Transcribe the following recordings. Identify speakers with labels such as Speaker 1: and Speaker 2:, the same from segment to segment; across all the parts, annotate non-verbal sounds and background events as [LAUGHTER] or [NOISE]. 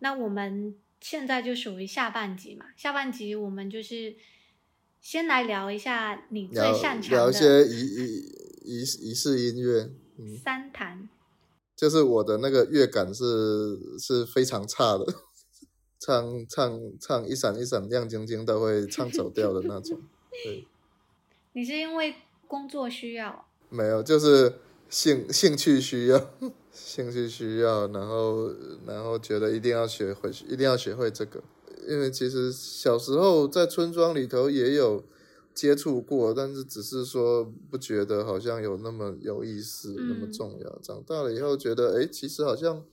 Speaker 1: 那我们现在就属于下半集嘛，下半集我们就是先来聊一下你最
Speaker 2: 聊
Speaker 1: 擅长的
Speaker 2: 聊一些仪仪仪仪式音乐，嗯，
Speaker 1: 三弹，
Speaker 2: 就是我的那个乐感是是非常差的， [LAUGHS] 唱唱唱一闪一闪亮晶晶的会唱走调的那种。
Speaker 1: 你是因为工作需要，
Speaker 2: 没有，就是兴兴趣需要， [LAUGHS] 兴趣需要，然后然后觉得一定要学会，一定要学会这个，因为其实小时候在村庄里头也有接触过，但是只是说不觉得好像有那么有意思，
Speaker 1: 嗯
Speaker 2: 那么重要。长大了以后觉得，哎，其实好像。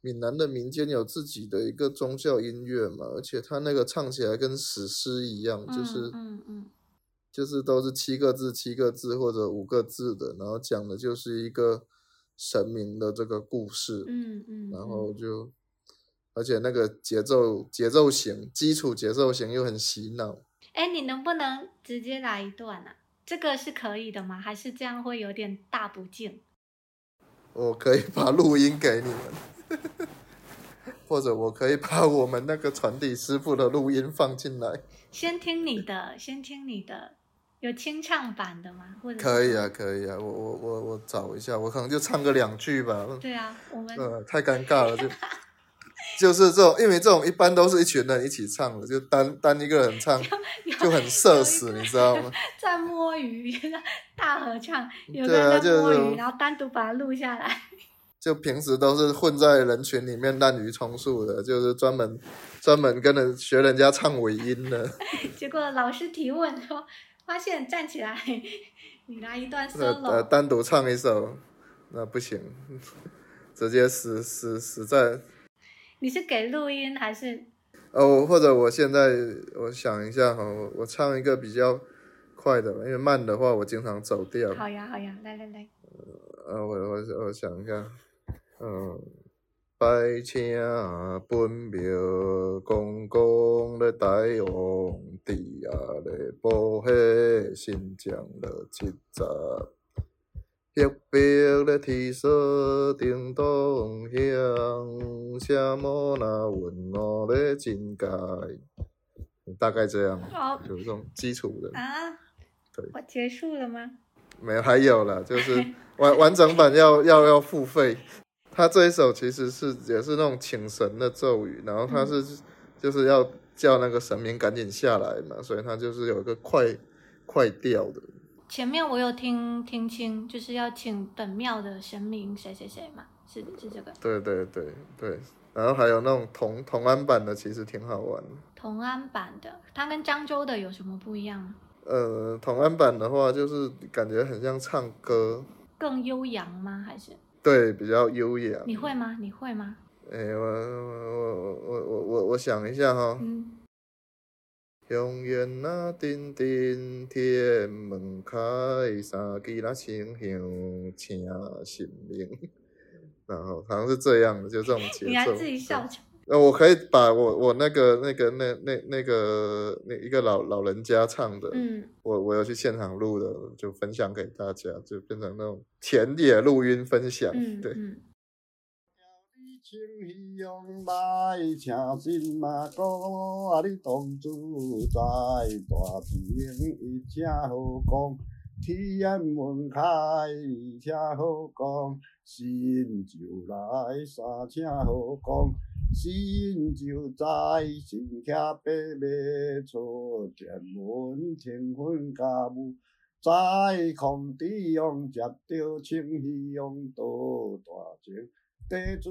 Speaker 2: 闽南的民间有自己的一个宗教音乐嘛，而且它那个唱起来跟史诗一样，就是
Speaker 1: 嗯嗯嗯，
Speaker 2: 就是都是七个字、七个字或者五个字的，然后讲的就是一个神明的这个故事，
Speaker 1: 嗯嗯，
Speaker 2: 然
Speaker 1: 嗯
Speaker 2: 后就，而且那个节奏节奏型，基础节奏型又很洗脑，
Speaker 1: 哎，你能不能直接来一段啊？这个是可以的吗？还是这样会有点大不敬？
Speaker 2: 我可以把录音给你们，或者我可以把我们那个传递师傅的录音放进
Speaker 1: 嗯
Speaker 2: 来，
Speaker 1: 先听你的，先听你的，有清唱版的吗？或者是
Speaker 2: 可以
Speaker 1: 什
Speaker 2: 啊，
Speaker 1: 么？
Speaker 2: 可以啊，我我我我找一下，我可能就唱个两句吧，嗯
Speaker 1: 对啊，我们
Speaker 2: 呃，太尴尬了，就就是这种，因为这种一般都是一群人一起唱的，就单单一个人唱
Speaker 1: 有
Speaker 2: 就很社死，
Speaker 1: 有一
Speaker 2: 你
Speaker 1: 个
Speaker 2: 知道吗？
Speaker 1: [LAUGHS] 在摸鱼，大合唱，有
Speaker 2: 对啊
Speaker 1: 个人
Speaker 2: 就
Speaker 1: 在
Speaker 2: 是
Speaker 1: 摸
Speaker 2: 这
Speaker 1: 鱼，
Speaker 2: 种
Speaker 1: 然后单独把它录下来。 [LAUGHS]
Speaker 2: 就平时都是混在人群里面滥竽充数的，就是专门专门跟人学人家唱尾音的，
Speaker 1: 结果老师提问说，发现站起来，你来一
Speaker 2: [LAUGHS]
Speaker 1: 段
Speaker 2: 呃呃，
Speaker 1: solo，
Speaker 2: 单独唱一首那不行，直接死死死在
Speaker 1: 你是给录音还是？
Speaker 2: 哦，或者我现在我想一下哈，我我唱一个比较快的吧，因为慢的话我经常走调。
Speaker 1: 好呀好呀，来来来，
Speaker 2: 呃，我我我想一下，嗯，拜请本庙公公咧大王帝啊咧保佑新疆了七十，玉璧咧提锁叮当响，什么那云我咧真界，大概这样，
Speaker 1: 好
Speaker 2: 有这种基础的。
Speaker 1: 啊
Speaker 2: 对，
Speaker 1: 我结束了吗？
Speaker 2: 没有，还有啦，就是完完整版要要要付费。他这一首其实是也是那种请神的咒语，然后他是、就是要叫那个神明赶紧下来嘛，所以他就是有一个快快调的。
Speaker 1: 前面我有听听清，就是要请本庙的神明谁谁谁嘛，是是这个
Speaker 2: 对对对对，然后还有那种同同安版的，其实挺好玩的。
Speaker 1: 同安版的，它跟漳州的有什么不一样吗？
Speaker 2: 呃，同安版的话，就是感觉很像唱歌，
Speaker 1: 更悠扬吗？还是
Speaker 2: 对，比较优雅。
Speaker 1: 你会吗？你会吗？
Speaker 2: 哎，我我我我我我我想一下哈、
Speaker 1: 嗯，
Speaker 2: 永远那叮叮铁门开，三支那清香请神明， [LAUGHS] 然后好像是这样的，就这种节奏。
Speaker 1: 你还自己笑场。
Speaker 2: 那我可以把我我那个那个那那那个那一个老老人家唱的，
Speaker 1: 嗯，
Speaker 2: 我我有去现场录的，就分享给大家，就变成那种田野录音分享。
Speaker 1: 嗯
Speaker 2: 对，
Speaker 1: 嗯，
Speaker 3: 你穿鱼用来请神嘛，哥啊，你当主宰大情，伊请好讲，天门开，伊请好讲，神就来，三请啊好讲，神就在，神徛白马出天门，天昏甲雾。在空地用接着清鱼用倒大情。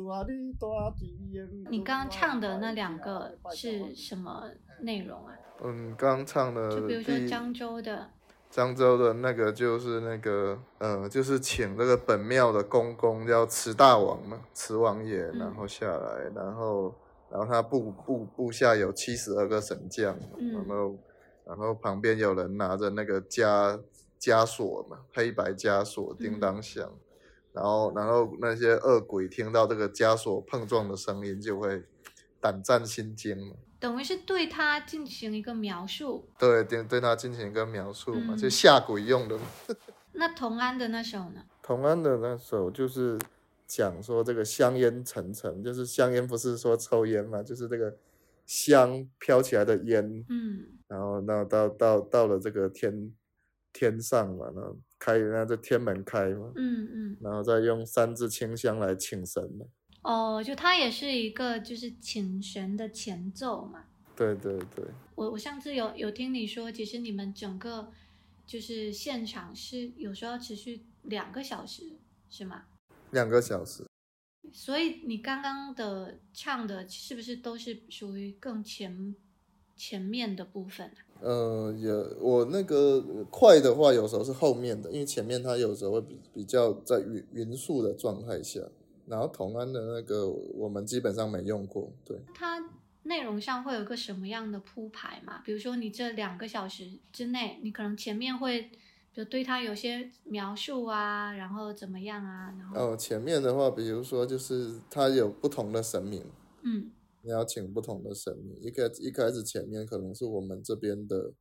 Speaker 3: 啊
Speaker 1: 你
Speaker 3: 你
Speaker 1: 刚刚唱的那两个是什么内容啊？
Speaker 2: 嗯，刚唱的
Speaker 1: 就比如说
Speaker 2: 呃第
Speaker 1: 漳州的，
Speaker 2: 漳州的那个就是那个，呃，就是请那个本庙的公公叫慈大王嘛，慈王爷，
Speaker 1: 嗯
Speaker 2: 然后下来，然后然后他部部部下有七十二个神将嘛，
Speaker 1: 嗯
Speaker 2: 然后然后旁边有人拿着那个枷枷锁嘛，黑白枷锁叮当响，
Speaker 1: 嗯
Speaker 2: 然后然后那些恶鬼听到这个枷锁碰撞的声音就会胆战心惊嘛。
Speaker 1: 等于是对它进行一个描述。
Speaker 2: 对，对对他进行一个描述嘛，就
Speaker 1: 嗯
Speaker 2: 吓鬼用的嘛。
Speaker 1: 那同安的那首呢？
Speaker 2: 同安的那首就是讲说这个香烟层层，就是香烟不是说抽烟嘛，就是这个香飘起来的烟，
Speaker 1: 嗯
Speaker 2: 然后那到到到了这个天天上嘛，然后开那这天门开嘛，
Speaker 1: 嗯嗯，
Speaker 2: 然后再用三支清香来请神嘛。
Speaker 1: 哦，就它也是一个就是请神的前奏嘛。
Speaker 2: 对对对，
Speaker 1: 我我上次有有听你说，其实你们整个就是现场是有时候要持续两个小时，是吗？
Speaker 2: 两个小时。
Speaker 1: 所以你刚刚的唱的是不是都是属于更前前面的部分啊、
Speaker 2: 呃，也我那个呃快的话，有时候是后面的，因为前面它有时候会比比较在匀匀速的状态下。然后同安的那个我们基本上没用过，对，
Speaker 1: 它内容上会有个什么样的铺排嘛？比如说你这两个小时之内，你可能前面会就对它有些描述啊，然后怎么样啊，然后
Speaker 2: 哦，前面的话，比如说就是它有不同的神明，
Speaker 1: 嗯
Speaker 2: 你要请不同的神明。一开一开始前面可能是我们这边的，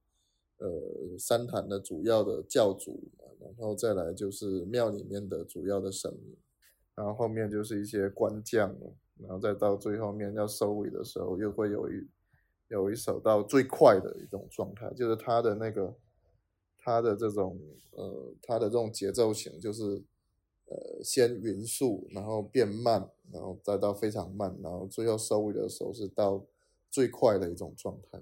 Speaker 2: 呃，三坛的主要的教主嘛，然后再来就是庙里面的主要的神明，然后后面就是一些官将啊了，然后再到最后面要收尾的时候，又会有一有一首到最快的一种状态，就是他的那个他的这种呃他的这种节奏型就是。呃，先匀速，然后变慢，然后再到非常慢，然后最后收尾的时候是到最快的一种状态。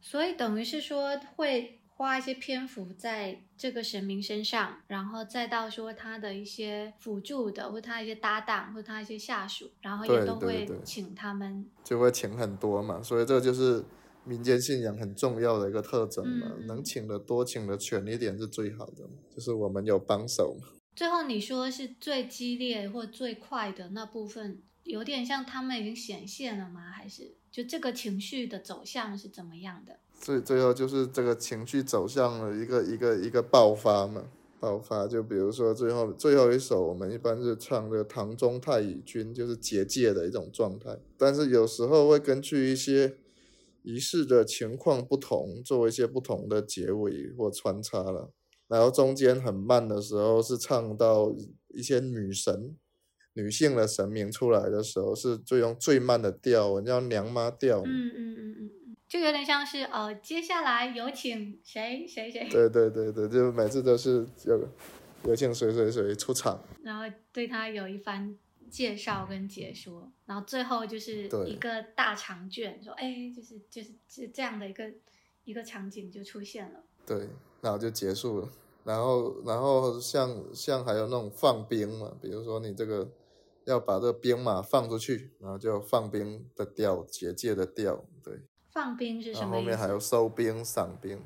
Speaker 1: 所以等于是说会花一些篇幅在这个神明身上，然后再到说他的一些辅助的，或他一些搭档，或他一些下属，然后也
Speaker 2: 对
Speaker 1: 都
Speaker 2: 对
Speaker 1: 会
Speaker 2: 对
Speaker 1: 请他们。
Speaker 2: 就会请很多嘛，所以这就是民间信仰很重要的一个特征嘛，
Speaker 1: 嗯嗯
Speaker 2: 能请的多，请的全一点是最好的嘛，就是我们有帮手嘛。
Speaker 1: 最后你说是最激烈或最快的那部分，有点像他们已经显现了吗？还是就这个情绪的走向是怎么样的？
Speaker 2: 最最后就是这个情绪走向了一个一个一个爆发嘛，爆发就比如说最后最后一首我们一般是唱这个唐中太乙君，就是结界的一种状态，但是有时候会根据一些仪式的情况不同，做一些不同的结尾或穿插了。然后中间很慢的时候是唱到一些女神、女性的神明出来的时候，是最用最慢的调，我们叫娘妈调嘛。
Speaker 1: 嗯嗯嗯嗯嗯，就有点像是呃，接下来有请谁谁谁，
Speaker 2: 对对对对，就是每次都是有有请谁谁谁出场，
Speaker 1: 然后对他有一番介绍跟解说，然后最后就是
Speaker 2: 对
Speaker 1: 一个大长卷，说哎，就是就是这这样的一个一个场景就出现了。
Speaker 2: 对，然后就结束了。然后然后像像还有那种放冰嘛，比如说你这个要把这个兵马放出去，然后就放兵的调，结界的调，对。
Speaker 1: 放冰是
Speaker 2: 然
Speaker 1: 什
Speaker 2: 后
Speaker 1: 么
Speaker 2: 后
Speaker 1: 意思？
Speaker 2: 面还有收兵、赏兵。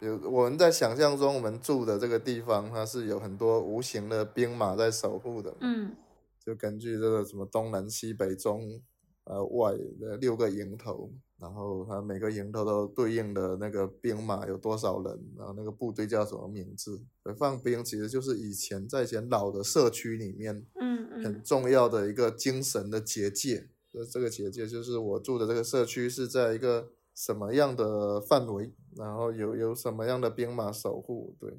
Speaker 2: 比如我们在想象中，我们住的这个地方，它是有很多无形的兵马在守护的嘛。
Speaker 1: 嗯
Speaker 2: 就根据这个什么东南西北中呃外的六个营头，然后它每个营头都对应的那个兵马有多少人，然后那个部队叫什么名字。对放兵其实就是以前在以前老的社区里面
Speaker 1: 嗯
Speaker 2: 很
Speaker 1: 嗯
Speaker 2: 重要的一个精神的结界。那这个结界就是我住的这个社区是在一个什么样的范围，然后有有什么样的兵马守护，对。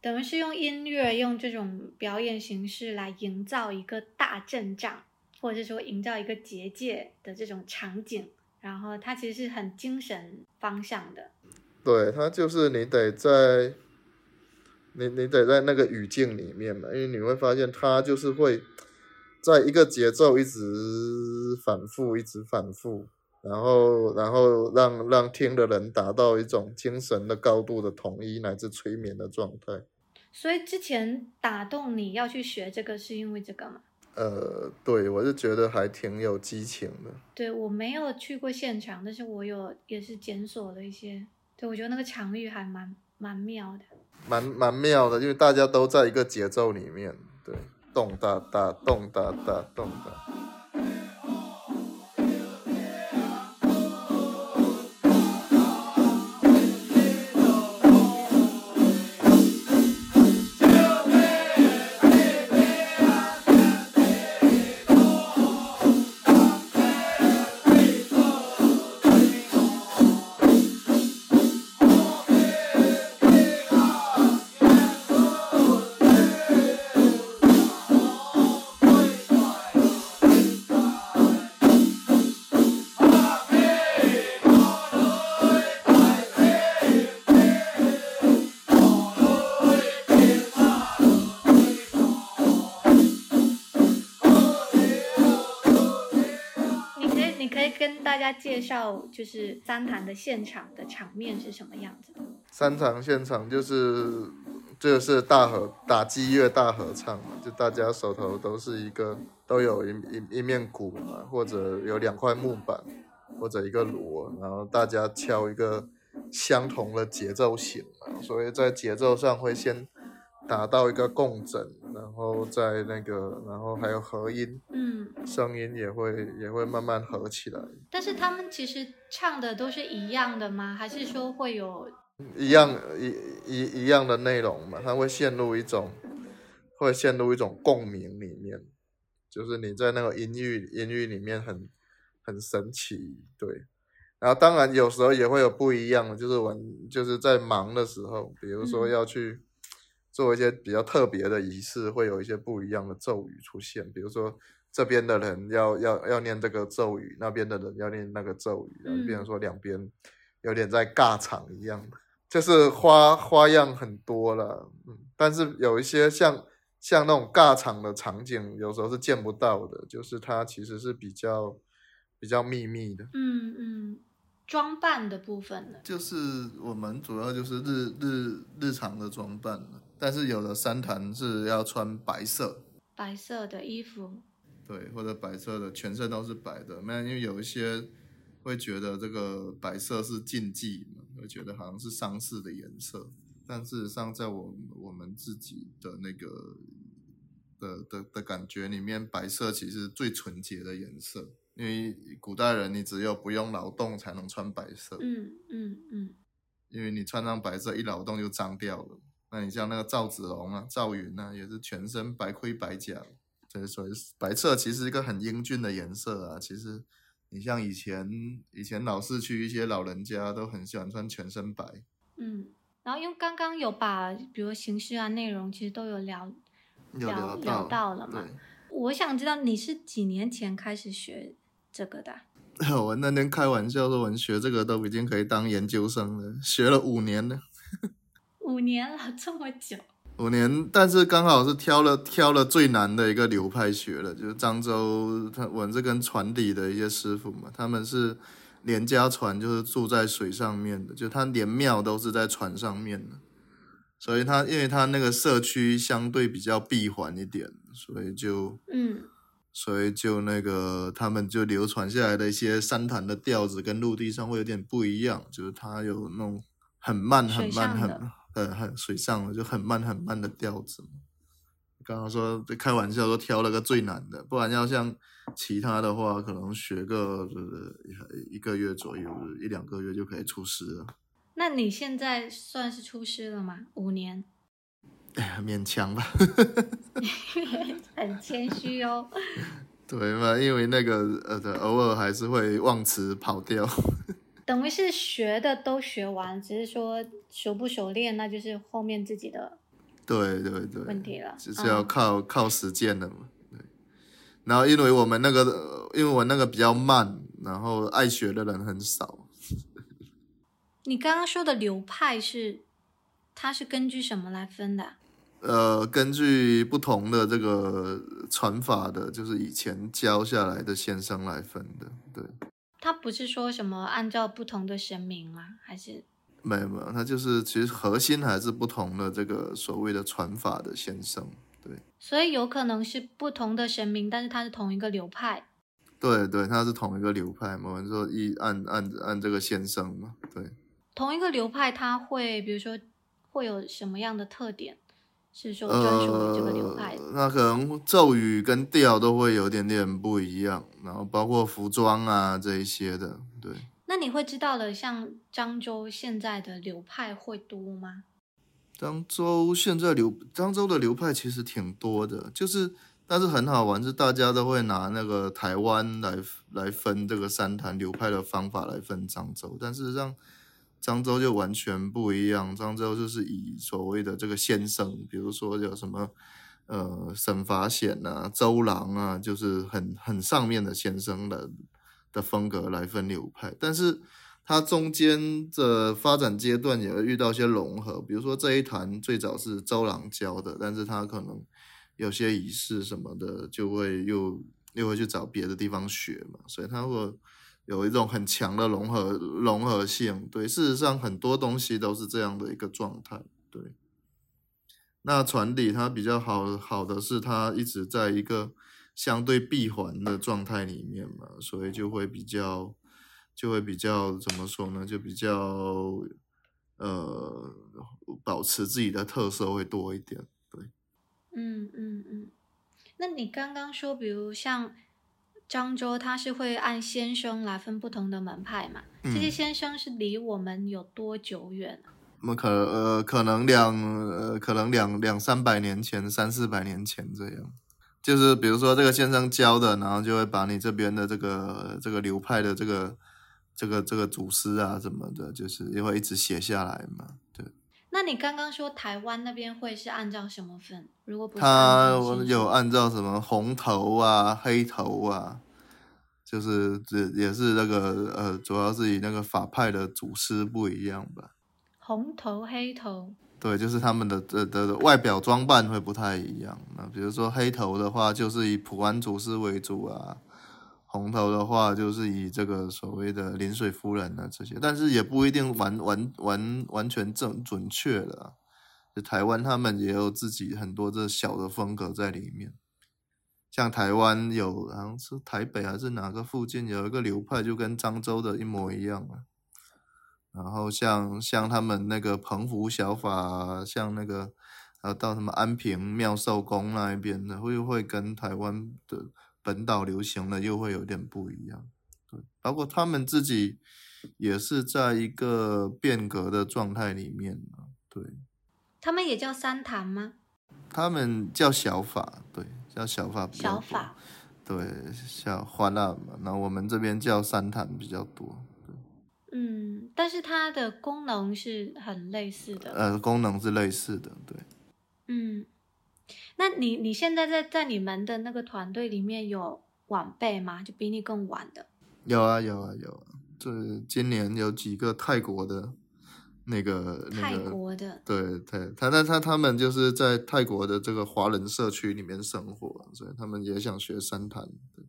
Speaker 1: 等于是用音乐用这种表演形式来营造一个大阵仗，或者是说营造一个结界的这种场景，然后它其实是很精神方向的。
Speaker 2: 对，它就是你得在，你你得在那个语境里面嘛，因为你会发现它就是会在一个节奏一直反复，一直反复，然后然后让让听的人达到一种精神的高度的统一乃至催眠的状态。
Speaker 1: 所以之前打动你要去学这个，是因为这个吗？
Speaker 2: 呃，对我是觉得还挺有激情的。
Speaker 1: 对我没有去过现场，但是我有也是检索了一些，对我觉得那个场域还蛮蛮妙的。
Speaker 2: 蛮蛮妙的，因为大家都在一个节奏里面，对，咚哒哒，咚哒哒，咚哒。
Speaker 4: Thank
Speaker 1: 跟大家介绍就是三潭的现场的场面是什么样子的？
Speaker 2: 三场现场就是就是大合打击乐大合唱嘛，就大家手头都是一个都有一一一面鼓嘛，或者有两块木板，或者一个锣，然后大家敲一个相同的节奏型嘛，所以在节奏上会先达到一个共振，然后在那个然后还有合音，
Speaker 1: 嗯，
Speaker 2: 声音也会也会慢慢合起来。
Speaker 1: 但是他们其实唱的都是一样的吗？还是说会有
Speaker 2: 一样一一一样的内容嘛，它会陷入一种会陷入一种共鸣里面，就是你在那个音域音域里面很很神奇，对。然后当然有时候也会有不一样的，就是玩就是在忙的时候，比如说
Speaker 1: 嗯
Speaker 2: 要去做一些比较特别的仪式，会有一些不一样的咒语出现，比如说。这边的人要要要念这个咒语，那边的人要念那个咒语，然后就变
Speaker 1: 嗯
Speaker 2: 成说两边有点在尬场一样。就是花花样很多了，嗯，但是有一些像像那种尬场的场景，有时候是见不到的，就是它其实是比较比较秘密的。
Speaker 1: 嗯嗯装扮的部分呢？
Speaker 2: 就是我们主要就是日日日常的装扮了，但是有的三坛是要穿白色，
Speaker 1: 白色的衣服，
Speaker 2: 对，或者白色的全身都是白的，那因为有一些会觉得这个白色是禁忌嘛，会觉得好像是丧事的颜色，但事实上在我我们自己的那个的的的感觉里面，白色其实是最纯洁的颜色，因为古代人你只有不用劳动才能穿白色，
Speaker 1: 嗯嗯嗯
Speaker 2: 因为你穿上白色一劳动就脏掉了。那你像那个赵子龙啊、赵云啊，也是全身白盔白甲，所以所以白色其实是一个很英俊的颜色啊。其实你像以前以前老市区一些老人家都很喜欢穿全身白，
Speaker 1: 嗯。然后因为刚刚有把比如形式啊、内容其实都有聊
Speaker 2: 有
Speaker 1: 聊
Speaker 2: 到
Speaker 1: 聊到了嘛
Speaker 2: 对。 [LAUGHS]
Speaker 1: 我想知道你是几年前开始学这个的啊？
Speaker 2: 我那天开玩笑说，我们学这个都已经可以当研究生了，学了五年了。
Speaker 1: 五年了，这么久。
Speaker 2: 五年，但是刚好是挑了挑了最难的一个流派学了，就是漳州他我这跟船底的一些师傅嘛，他们是连家船，就是住在水上面的，就他连庙都是在船上面的，所以他因为他那个社区相对比较闭环一点，所以就
Speaker 1: 嗯
Speaker 2: 所以就那个他们就流传下来的一些山潭的调子跟陆地上会有点不一样，就是它有那种很慢很
Speaker 1: 水
Speaker 2: 慢
Speaker 1: 上的
Speaker 2: 很呃很水上的就很慢很慢的调子嘛。刚刚说开玩笑说挑了个最难的，不然要像其他的话，可能学个就是一个月左右，一两个月就可以出师了，，
Speaker 1: 那你现在算是出师了吗？五年， [LAUGHS]
Speaker 2: 哎勉强吧。 [LAUGHS]
Speaker 1: 很谦虚哦。
Speaker 2: 对嘛，因为那个呃，对偶尔还是会忘词跑调。
Speaker 1: 等于是学的都学完，只是说熟不熟练，那就是后面自己的
Speaker 2: 对对对，
Speaker 1: 问题了。
Speaker 2: 就是要
Speaker 1: 嗯
Speaker 2: 靠、靠实践的嘛。对，然后因为我们那个，呃因为我那个比较慢，然后爱学的人很少。
Speaker 1: 你刚刚说的流派是，它是根据什么来分的啊？
Speaker 2: 呃，根据不同的这个传法的，就是以前教下来的先生来分的。对，
Speaker 1: 它不是说什么按照不同的神明吗？还是
Speaker 2: 没有没有，他就是其实核心还是不同的这个所谓的传法的先生。对，
Speaker 1: 所以有可能是不同的神明，但是它是同一个流派。
Speaker 2: 对对，他是同一个流派嘛，我们说一按按按这个先生嘛。对，
Speaker 1: 同一个流派，它会比如说会有什么样的特点？是说专属于这个流派的？
Speaker 2: 呃，那可能咒语跟调都会有点点不一样，然后包括服装啊这一些的，对，
Speaker 1: 那你会知道的，像漳州现在的流派会多吗？
Speaker 2: 漳州现在流漳州的流派其实挺多的，就是但是很好玩，是大家都会拿那个台湾来来分这个三潭流派的方法来分漳州，但事实上漳州就完全不一样，漳州就是以所谓的这个先生，比如说有什么。呃，沈法显啊，周郎啊，就是很很上面的先生的的风格来分流派，但是它中间的发展阶段也会遇到一些融合，比如说这一坛最早是周郎教的，但是他可能有些仪式什么的，就会又又会去找别的地方学嘛，所以他会有一种很强的融合融合性。对，事实上很多东西都是这样的一个状态。对，那船底它比较好好的是它一直在一个相对闭环的状态里面嘛，所以就会比较就会比较怎么说呢？就比较呃保持自己的特色会多一点。
Speaker 1: 嗯嗯嗯，那你刚刚说，比如像漳州，它是会按先生来分不同的门派嘛？
Speaker 2: 嗯
Speaker 1: 这些先生是离我们有多久远啊？
Speaker 2: 那么可呃可能两呃可能两两三百年前三四百年前这样，就是比如说这个先生教的，然后就会把你这边的这个这个流派的这个这个这个祖师啊什么的，就是也会一直写下来嘛。对，
Speaker 1: 那你刚刚说台湾那边会是按照什么分？如果不是按
Speaker 2: 他
Speaker 1: 照先生
Speaker 2: 有按照什么红头啊、黑头啊，就是这也是那个呃，主要是以那个法派的祖师不一样吧。
Speaker 1: 红头黑头，
Speaker 2: 对，就是他们的的的的外表装扮会不太一样。那比如说黑头的话，就是以普安祖师为主啊；红头的话，就是以这个所谓的临水夫人啊这些，但是也不一定完完完完全正准确了。就台湾他们也有自己很多这小的风格在里面，像台湾有好像是台北还是哪个附近有一个流派，就跟漳州的一模一样啊。然后像像他们那个澎湖小法啊，像那个呃到什么安平妙寿宫那一边的，会会跟台湾的本岛流行的又会有点不一样。对，包括他们自己也是在一个变革的状态里面嘛。对，
Speaker 1: 他们也叫三坛吗？
Speaker 2: 他们叫小法，对，叫小法比较
Speaker 1: 小
Speaker 2: 多
Speaker 1: 法，
Speaker 2: 对，小花纳嘛。那我们这边叫三坛比较多。
Speaker 1: 嗯，但是它的功能是很类似的。
Speaker 2: 呃，功能是类似的，对。
Speaker 1: 嗯，那你你现在在在你们的那个团队里面有晚辈吗？就比你更晚的？
Speaker 2: 有啊有啊有啊，这今年有几个泰国的，那个那
Speaker 1: 泰
Speaker 2: 个，
Speaker 1: 国的，
Speaker 2: 对泰他他他他们就是在泰国的这个华人社区里面生活，所以他们也想学三潭。对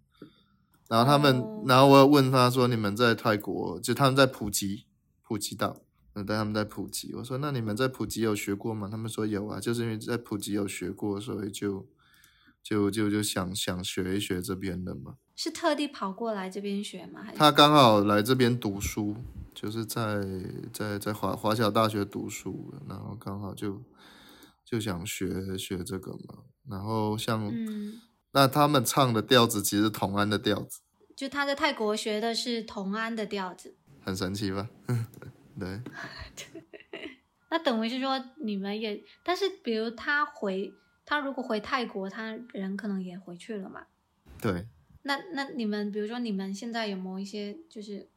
Speaker 2: 然后他们，
Speaker 1: 哦
Speaker 2: 然后我有问他说：“你们在泰国，就他们在普吉，普吉岛，嗯，但他们在普吉。”我说：“那你们在普吉有学过吗？”他们说：“有啊，就是因为在普吉有学过，所以就就就就想想学一学这边的嘛。”
Speaker 1: 是特地跑过来这边学吗？还是
Speaker 2: 他刚好来这边读书，就是在在在华华侨大学读书，然后刚好就就想学学这个嘛。然后像、
Speaker 1: 嗯，
Speaker 2: 那他们唱的调子其实是同安的调子，
Speaker 1: 就他在泰国学的是同安的调子，
Speaker 2: 很神奇吧？ [LAUGHS] 对，
Speaker 1: 那等于是说你们也，但是比如他回他如果回泰国，他人可能也回去了嘛。
Speaker 2: 对，
Speaker 1: 那那你们比如说你们现在有没有一些就是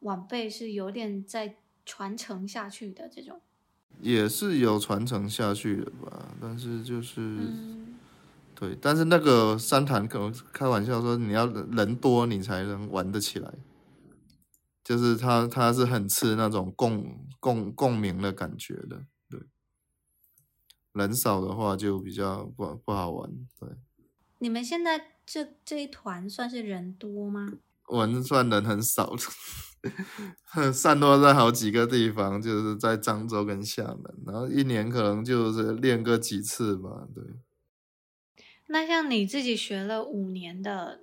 Speaker 1: 晚辈是有点在传承下去的这种？
Speaker 2: 也是有传承下去的吧。但是就是、
Speaker 1: 嗯，
Speaker 2: 对，但是那个三潭可能开玩笑说，你要人多你才能玩得起来，就是他他是很吃那种共共共鸣的感觉的，对。人少的话就比较不不好玩，对。
Speaker 1: 你们现在这这一团算是人多吗？
Speaker 2: 我们算人很少 [LAUGHS] 的，散落在好几个地方，就是在漳州跟厦门，然后一年可能就是练个几次吧，对。
Speaker 1: 那像你自己学了五年的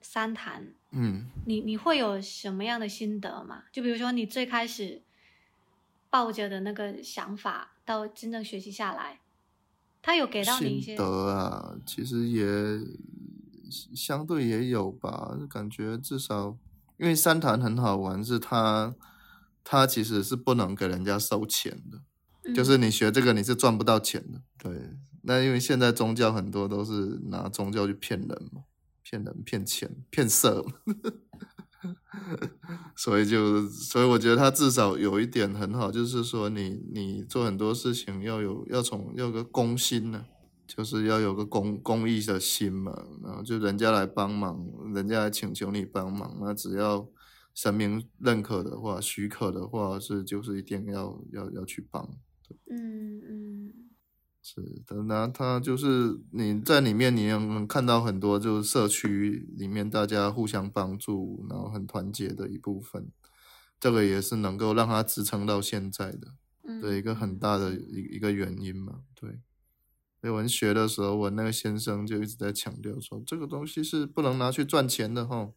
Speaker 1: 三弹，
Speaker 2: 嗯，
Speaker 1: 你你会有什么样的心得吗？就比如说你最开始抱着的那个想法，到真正学习下来，他有给到你一
Speaker 2: 心
Speaker 1: 些
Speaker 2: 得啊，其实也相对也有吧，感觉至少因为三潭很好玩，是它它其实是不能给人家收钱的，
Speaker 1: 嗯
Speaker 2: 就是你学这个你是赚不到钱的。对，那因为现在宗教很多都是拿宗教去骗人嘛，骗人、骗钱、骗色嘛， [LAUGHS] 所以就所以我觉得他至少有一点很好，就是说你你做很多事情要有要从要有个公心呢、就是要有个公公益的心嘛，然后就人家来帮忙，人家来请求你帮忙，那只要神明认可的话、许可的话，是就是一定要要要去帮。
Speaker 1: 嗯嗯，
Speaker 2: 是的，那它就是你在里面，你能看到很多就是社区里面大家互相帮助，然后很团结的一部分。这个也是能够让它支撑到现在的，
Speaker 1: 嗯，
Speaker 2: 对一个很大的一一个原因嘛。对，所以我们学的时候，我那个先生就一直在强调说，这个东西是不能拿去赚钱的吼。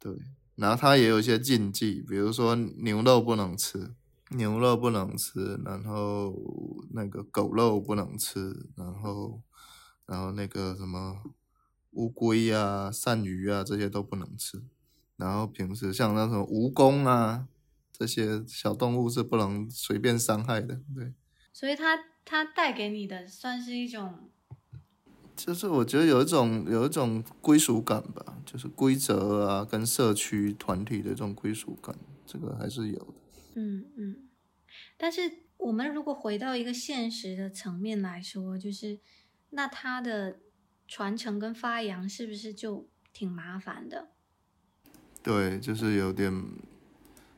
Speaker 2: 对，拿它也有一些禁忌，比如说牛肉不能吃，牛肉不能吃，然后那个狗肉不能吃，然后然后那个什么乌龟啊、鳝鱼啊这些都不能吃。然后平时像那种蜈蚣啊这些小动物是不能随便伤害的，对。
Speaker 1: 所以它它带给你的算是一种，
Speaker 2: 就是我觉得有一种有一种归属感吧，就是规则啊跟社区团体的这种归属感，这个还是有的。
Speaker 1: 嗯嗯。但是我们如果回到一个现实的层面来说，就是那它的传承跟发扬是不是就挺麻烦的？
Speaker 2: 对，就是有点，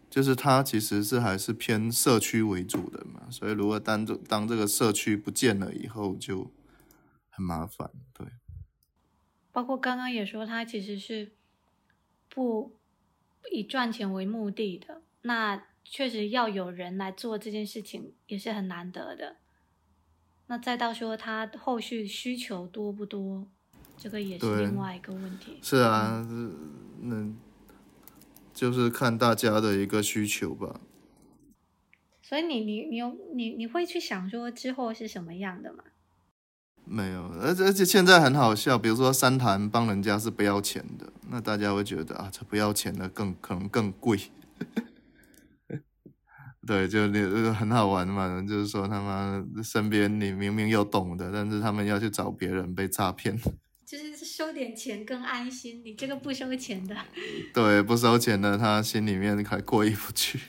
Speaker 2: 就是它其实是还是偏社区为主的嘛，所以如果当这当这个社区不见了以后，就很麻烦。对，
Speaker 1: 包括刚刚也说，它其实是不以赚钱为目的的。那确实要有人来做这件事情，也是很难得的。那再到说它后续需求多不多，这个也是
Speaker 2: 对
Speaker 1: 另外一个问题。
Speaker 2: 是啊，是那就是看大家的一个需求吧。
Speaker 1: 所以你你你有你你会去想说之后是什么样的吗？
Speaker 2: 没有，而且而且现在很好笑，比如说三坛帮人家是不要钱的，那大家会觉得啊，这不要钱的更可能更贵。 [LAUGHS] 对，就那呃很好玩嘛，就是说他妈身边你明明有懂的，但是他们要去找别人被诈骗。 [LAUGHS]
Speaker 1: 就是收点钱更安心，你这个不收钱的。
Speaker 2: 对，不收钱的他心里面还过意不去。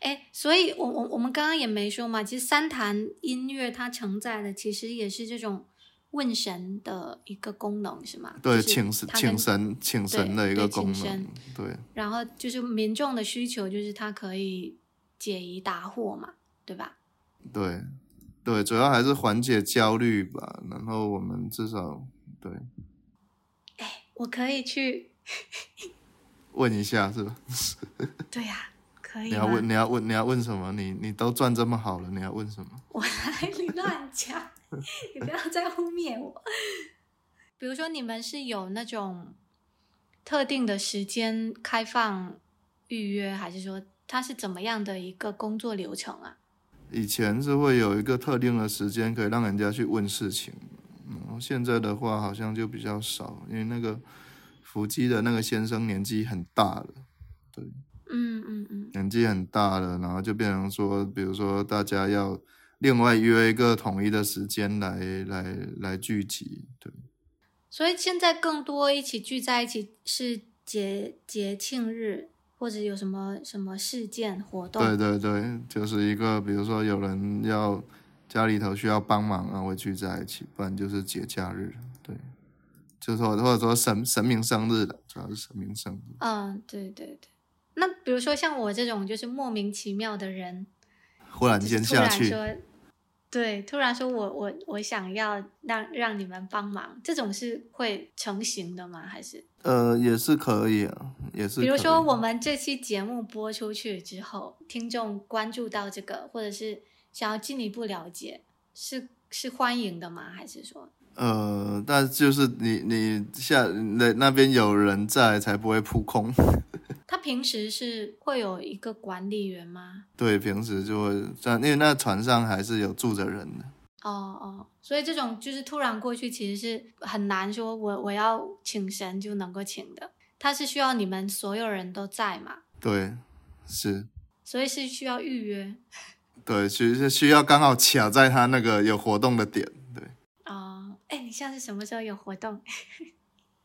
Speaker 1: 哎，所以我我我们刚刚也没说嘛，其实三潭音乐它承载的其实也是这种问神的一个功能，是吗？
Speaker 2: 对，
Speaker 1: 就是
Speaker 2: 请神
Speaker 1: 它
Speaker 2: 请
Speaker 1: 跟。
Speaker 2: 神请神的一
Speaker 1: 对
Speaker 2: 个
Speaker 1: 请
Speaker 2: 功能
Speaker 1: 神，
Speaker 2: 对。
Speaker 1: 然后就是民众的需求，就是它可以解疑答惑嘛，对吧？
Speaker 2: 对，对，主要还是缓解焦虑吧。然后我们至少对
Speaker 1: 我可以去，
Speaker 2: 问一下，是吧？
Speaker 1: 对呀、可以
Speaker 2: 你要
Speaker 1: 吗
Speaker 2: 问，你要问，你要问什么？你你都赚这么好了，你要问什么？
Speaker 1: 我 [LAUGHS] 哪里乱讲？你不要再污蔑我。比如说，你们是有那种特定的时间开放预约，还是说它是怎么样的一个工作流程啊？
Speaker 2: 以前是会有一个特定的时间可以让人家去问事情，然后现在的话好像就比较少，因为那个伏击的那个先生年纪很大了。
Speaker 1: 嗯嗯嗯，
Speaker 2: 年纪很大了，然后就变成说，比如说大家要另外约一个统一的时间来来来聚集，对。
Speaker 1: 所以现在更多一起聚在一起是节节庆日，或者有什么什么事件活动？
Speaker 2: 对对对，就是一个，比如说有人要家里头需要帮忙啊，会聚在一起，不然就是节假日，对，就是说或者说神神明生日的，主要是神明生日，
Speaker 1: 嗯，对对对。那比如说像我这种就是莫名其妙的人，
Speaker 2: 忽然
Speaker 1: 就是
Speaker 2: 间
Speaker 1: 突
Speaker 2: 下
Speaker 1: 然
Speaker 2: 去，
Speaker 1: 说，对，突然说我我我想要让让你们帮忙，这种是会成型的吗？还是
Speaker 2: 呃，也是可以啊，也是可以。
Speaker 1: 比如说我们这期节目播出去之后，听众关注到这个，或者是想要进一步了解，是是欢迎的吗？还是说，
Speaker 2: 呃，但就是你你下那那边有人在，才不会扑空。 [LAUGHS]
Speaker 1: 他平时是会有一个管理员吗？
Speaker 2: 对，平时就会这样，因为那船上还是有住着人的。
Speaker 1: 哦哦，所以这种就是突然过去，其实是很难说我我要请神就能够请的，他是需要你们所有人都在嘛？
Speaker 2: 对，是，
Speaker 1: 所以是需要预约
Speaker 2: 对，需是需要刚好卡在他那个有活动的点。对，
Speaker 1: 啊。哎、你下次什么时候有活动？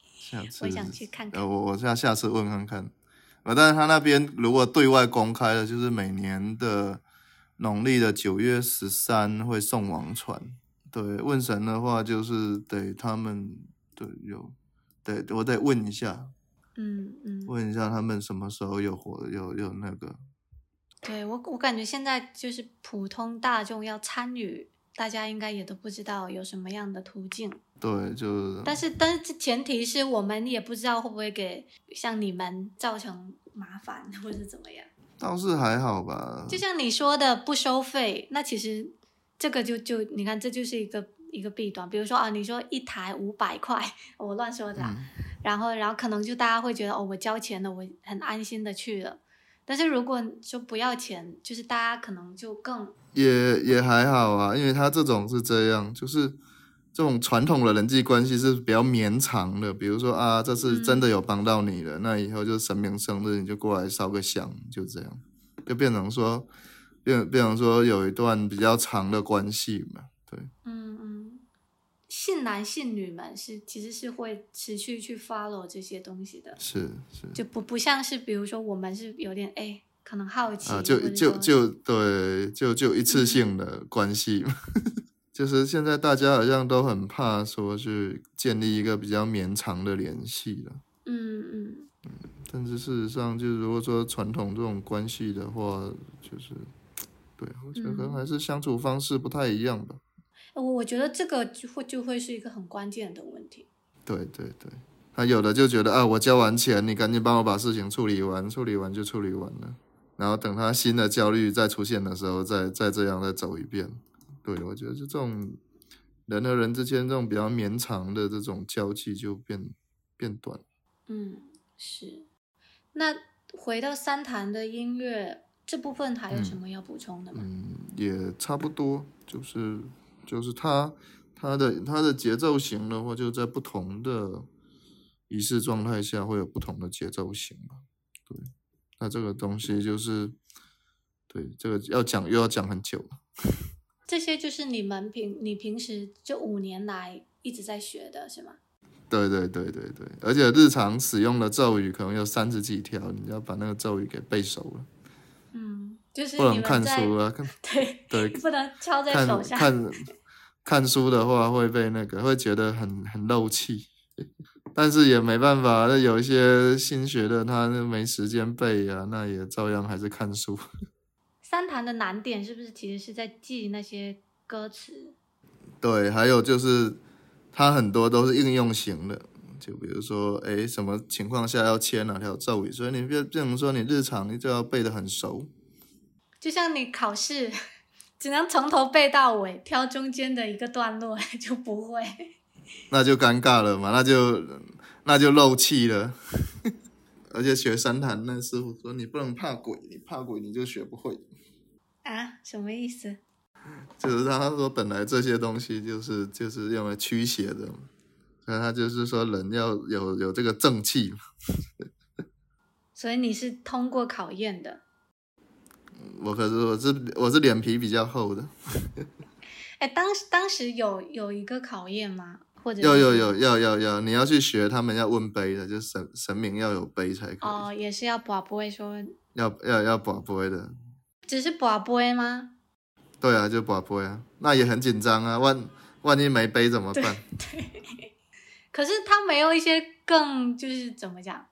Speaker 2: 下次
Speaker 1: 我想去看看
Speaker 2: 呃，我我下下次问看看。呃，但是他那边如果对外公开的，就是每年的农历的九月十三会送王船。对，问神的话就是得他们对有，得我得问一下，
Speaker 1: 嗯嗯，
Speaker 2: 问一下他们什么时候有活有有那个。
Speaker 1: 对我我感觉现在就是普通大众要参与大家应该也都不知道有什么样的途径。
Speaker 2: 对，就是
Speaker 1: 但是，但是前提是我们也不知道会不会给像你们造成麻烦或者怎么样。
Speaker 2: 倒是还好吧。
Speaker 1: 就像你说的不收费，那其实这个就就你看，这就是一个一个弊端。比如说啊，你说一台五百块，我乱说的啦、啊
Speaker 2: 嗯
Speaker 1: 然后然后可能就大家会觉得哦，我交钱了，我很安心的去了。但是如果说不要钱，就是大家可能就更
Speaker 2: 也也还好啊，因为他这种是这样，就是这种传统的人际关系是比较绵长的。比如说啊，这次真的有帮到你了，那以后就神明生日你就过来烧个香，就这样，就变成说变变成说有一段比较长的关系嘛。对，
Speaker 1: 嗯嗯，信男信女们是其实是会持续去 follow 这些东西的。
Speaker 2: 是是
Speaker 1: 就不不像是比如说我们是有点哎，可能好奇，
Speaker 2: 啊，就
Speaker 1: 或者
Speaker 2: 就
Speaker 1: 说
Speaker 2: 就对，就就一次性的关系嘛。 [LAUGHS] 就是现在大家好像都很怕说去建立一个比较绵长的联系了。
Speaker 1: 嗯嗯，
Speaker 2: 但是事实上，就是如果说传统这种关系的话，就是，对，我觉得可能
Speaker 1: 嗯
Speaker 2: 还是相处方式不太一样吧。
Speaker 1: 我呃我觉得这个就会就会是一个很关键的问题。
Speaker 2: 对对对，他有的就觉得啊，我交完钱，你赶紧帮我把事情处理完，处理完就处理完了，然后等他新的焦虑再出现的时候，再再这样再走一遍。对，我觉得就这种人和人之间这种比较绵长的这种交际就变变短。
Speaker 1: 嗯，是。那回到三潭的音乐这部分，还有什么要补充的吗？
Speaker 2: 嗯，也差不多，就是就是它它的它的节奏型的话，就在不同的仪式状态下会有不同的节奏型吧。对，那这个东西就是，对这个要讲又要讲很久了。
Speaker 1: 这些就是你们平你平时这五年来一直在学的是吗？
Speaker 2: 对对对对对，而且日常使用的咒语可能有三十几条，你要把那个咒语给背熟了，
Speaker 1: 嗯，就是
Speaker 2: 不
Speaker 1: 你
Speaker 2: 能
Speaker 1: 们
Speaker 2: 看
Speaker 1: 在
Speaker 2: 书啊，看
Speaker 1: 对，
Speaker 2: 对，
Speaker 1: 不能敲在手
Speaker 2: 看
Speaker 1: 上。
Speaker 2: 看看书的话，会被那个会觉得很很漏气， [LAUGHS] 但是也没办法，那有一些新学的他那没时间背呀、那也照样还是看书。 [LAUGHS]
Speaker 1: 三潭的难点是不是其实是在记那些歌词？
Speaker 2: 对，还有就是它很多都是应用型的，就比如说，哎，什么情况下要签哪条咒语，所以你变变成说你日常你就要背得很熟。
Speaker 1: 就像你考试， [LAUGHS] 只能从头背到尾，挑中间的一个段落 [LAUGHS] 就不会。
Speaker 2: 那就尴尬了嘛，那就那就漏气了。而且学三潭那师傅说，你不能怕鬼，你怕鬼你就学不会。
Speaker 1: 啊，什么意思？
Speaker 2: 就是他说本来这些东西就是就是用来驱邪的嘛，所以他就是说人要有有这个正气嘛。
Speaker 1: 所以你是通过考验的。
Speaker 2: 我可是我是我是脸皮比较厚的，
Speaker 1: 哎，当时当时有有一个考验吗？或者
Speaker 2: 要
Speaker 1: 是
Speaker 2: 要要要要要，你要去学他们要问杯的，就是神神明要有杯才可以，
Speaker 1: 哦，也是要卜不会说，
Speaker 2: 要要要把杯的。
Speaker 1: 只是卜不会吗？
Speaker 2: 对啊，就把杯啊，那也很紧张啊，万万一没杯怎么办？
Speaker 1: 可是他没有一些更就是怎么讲，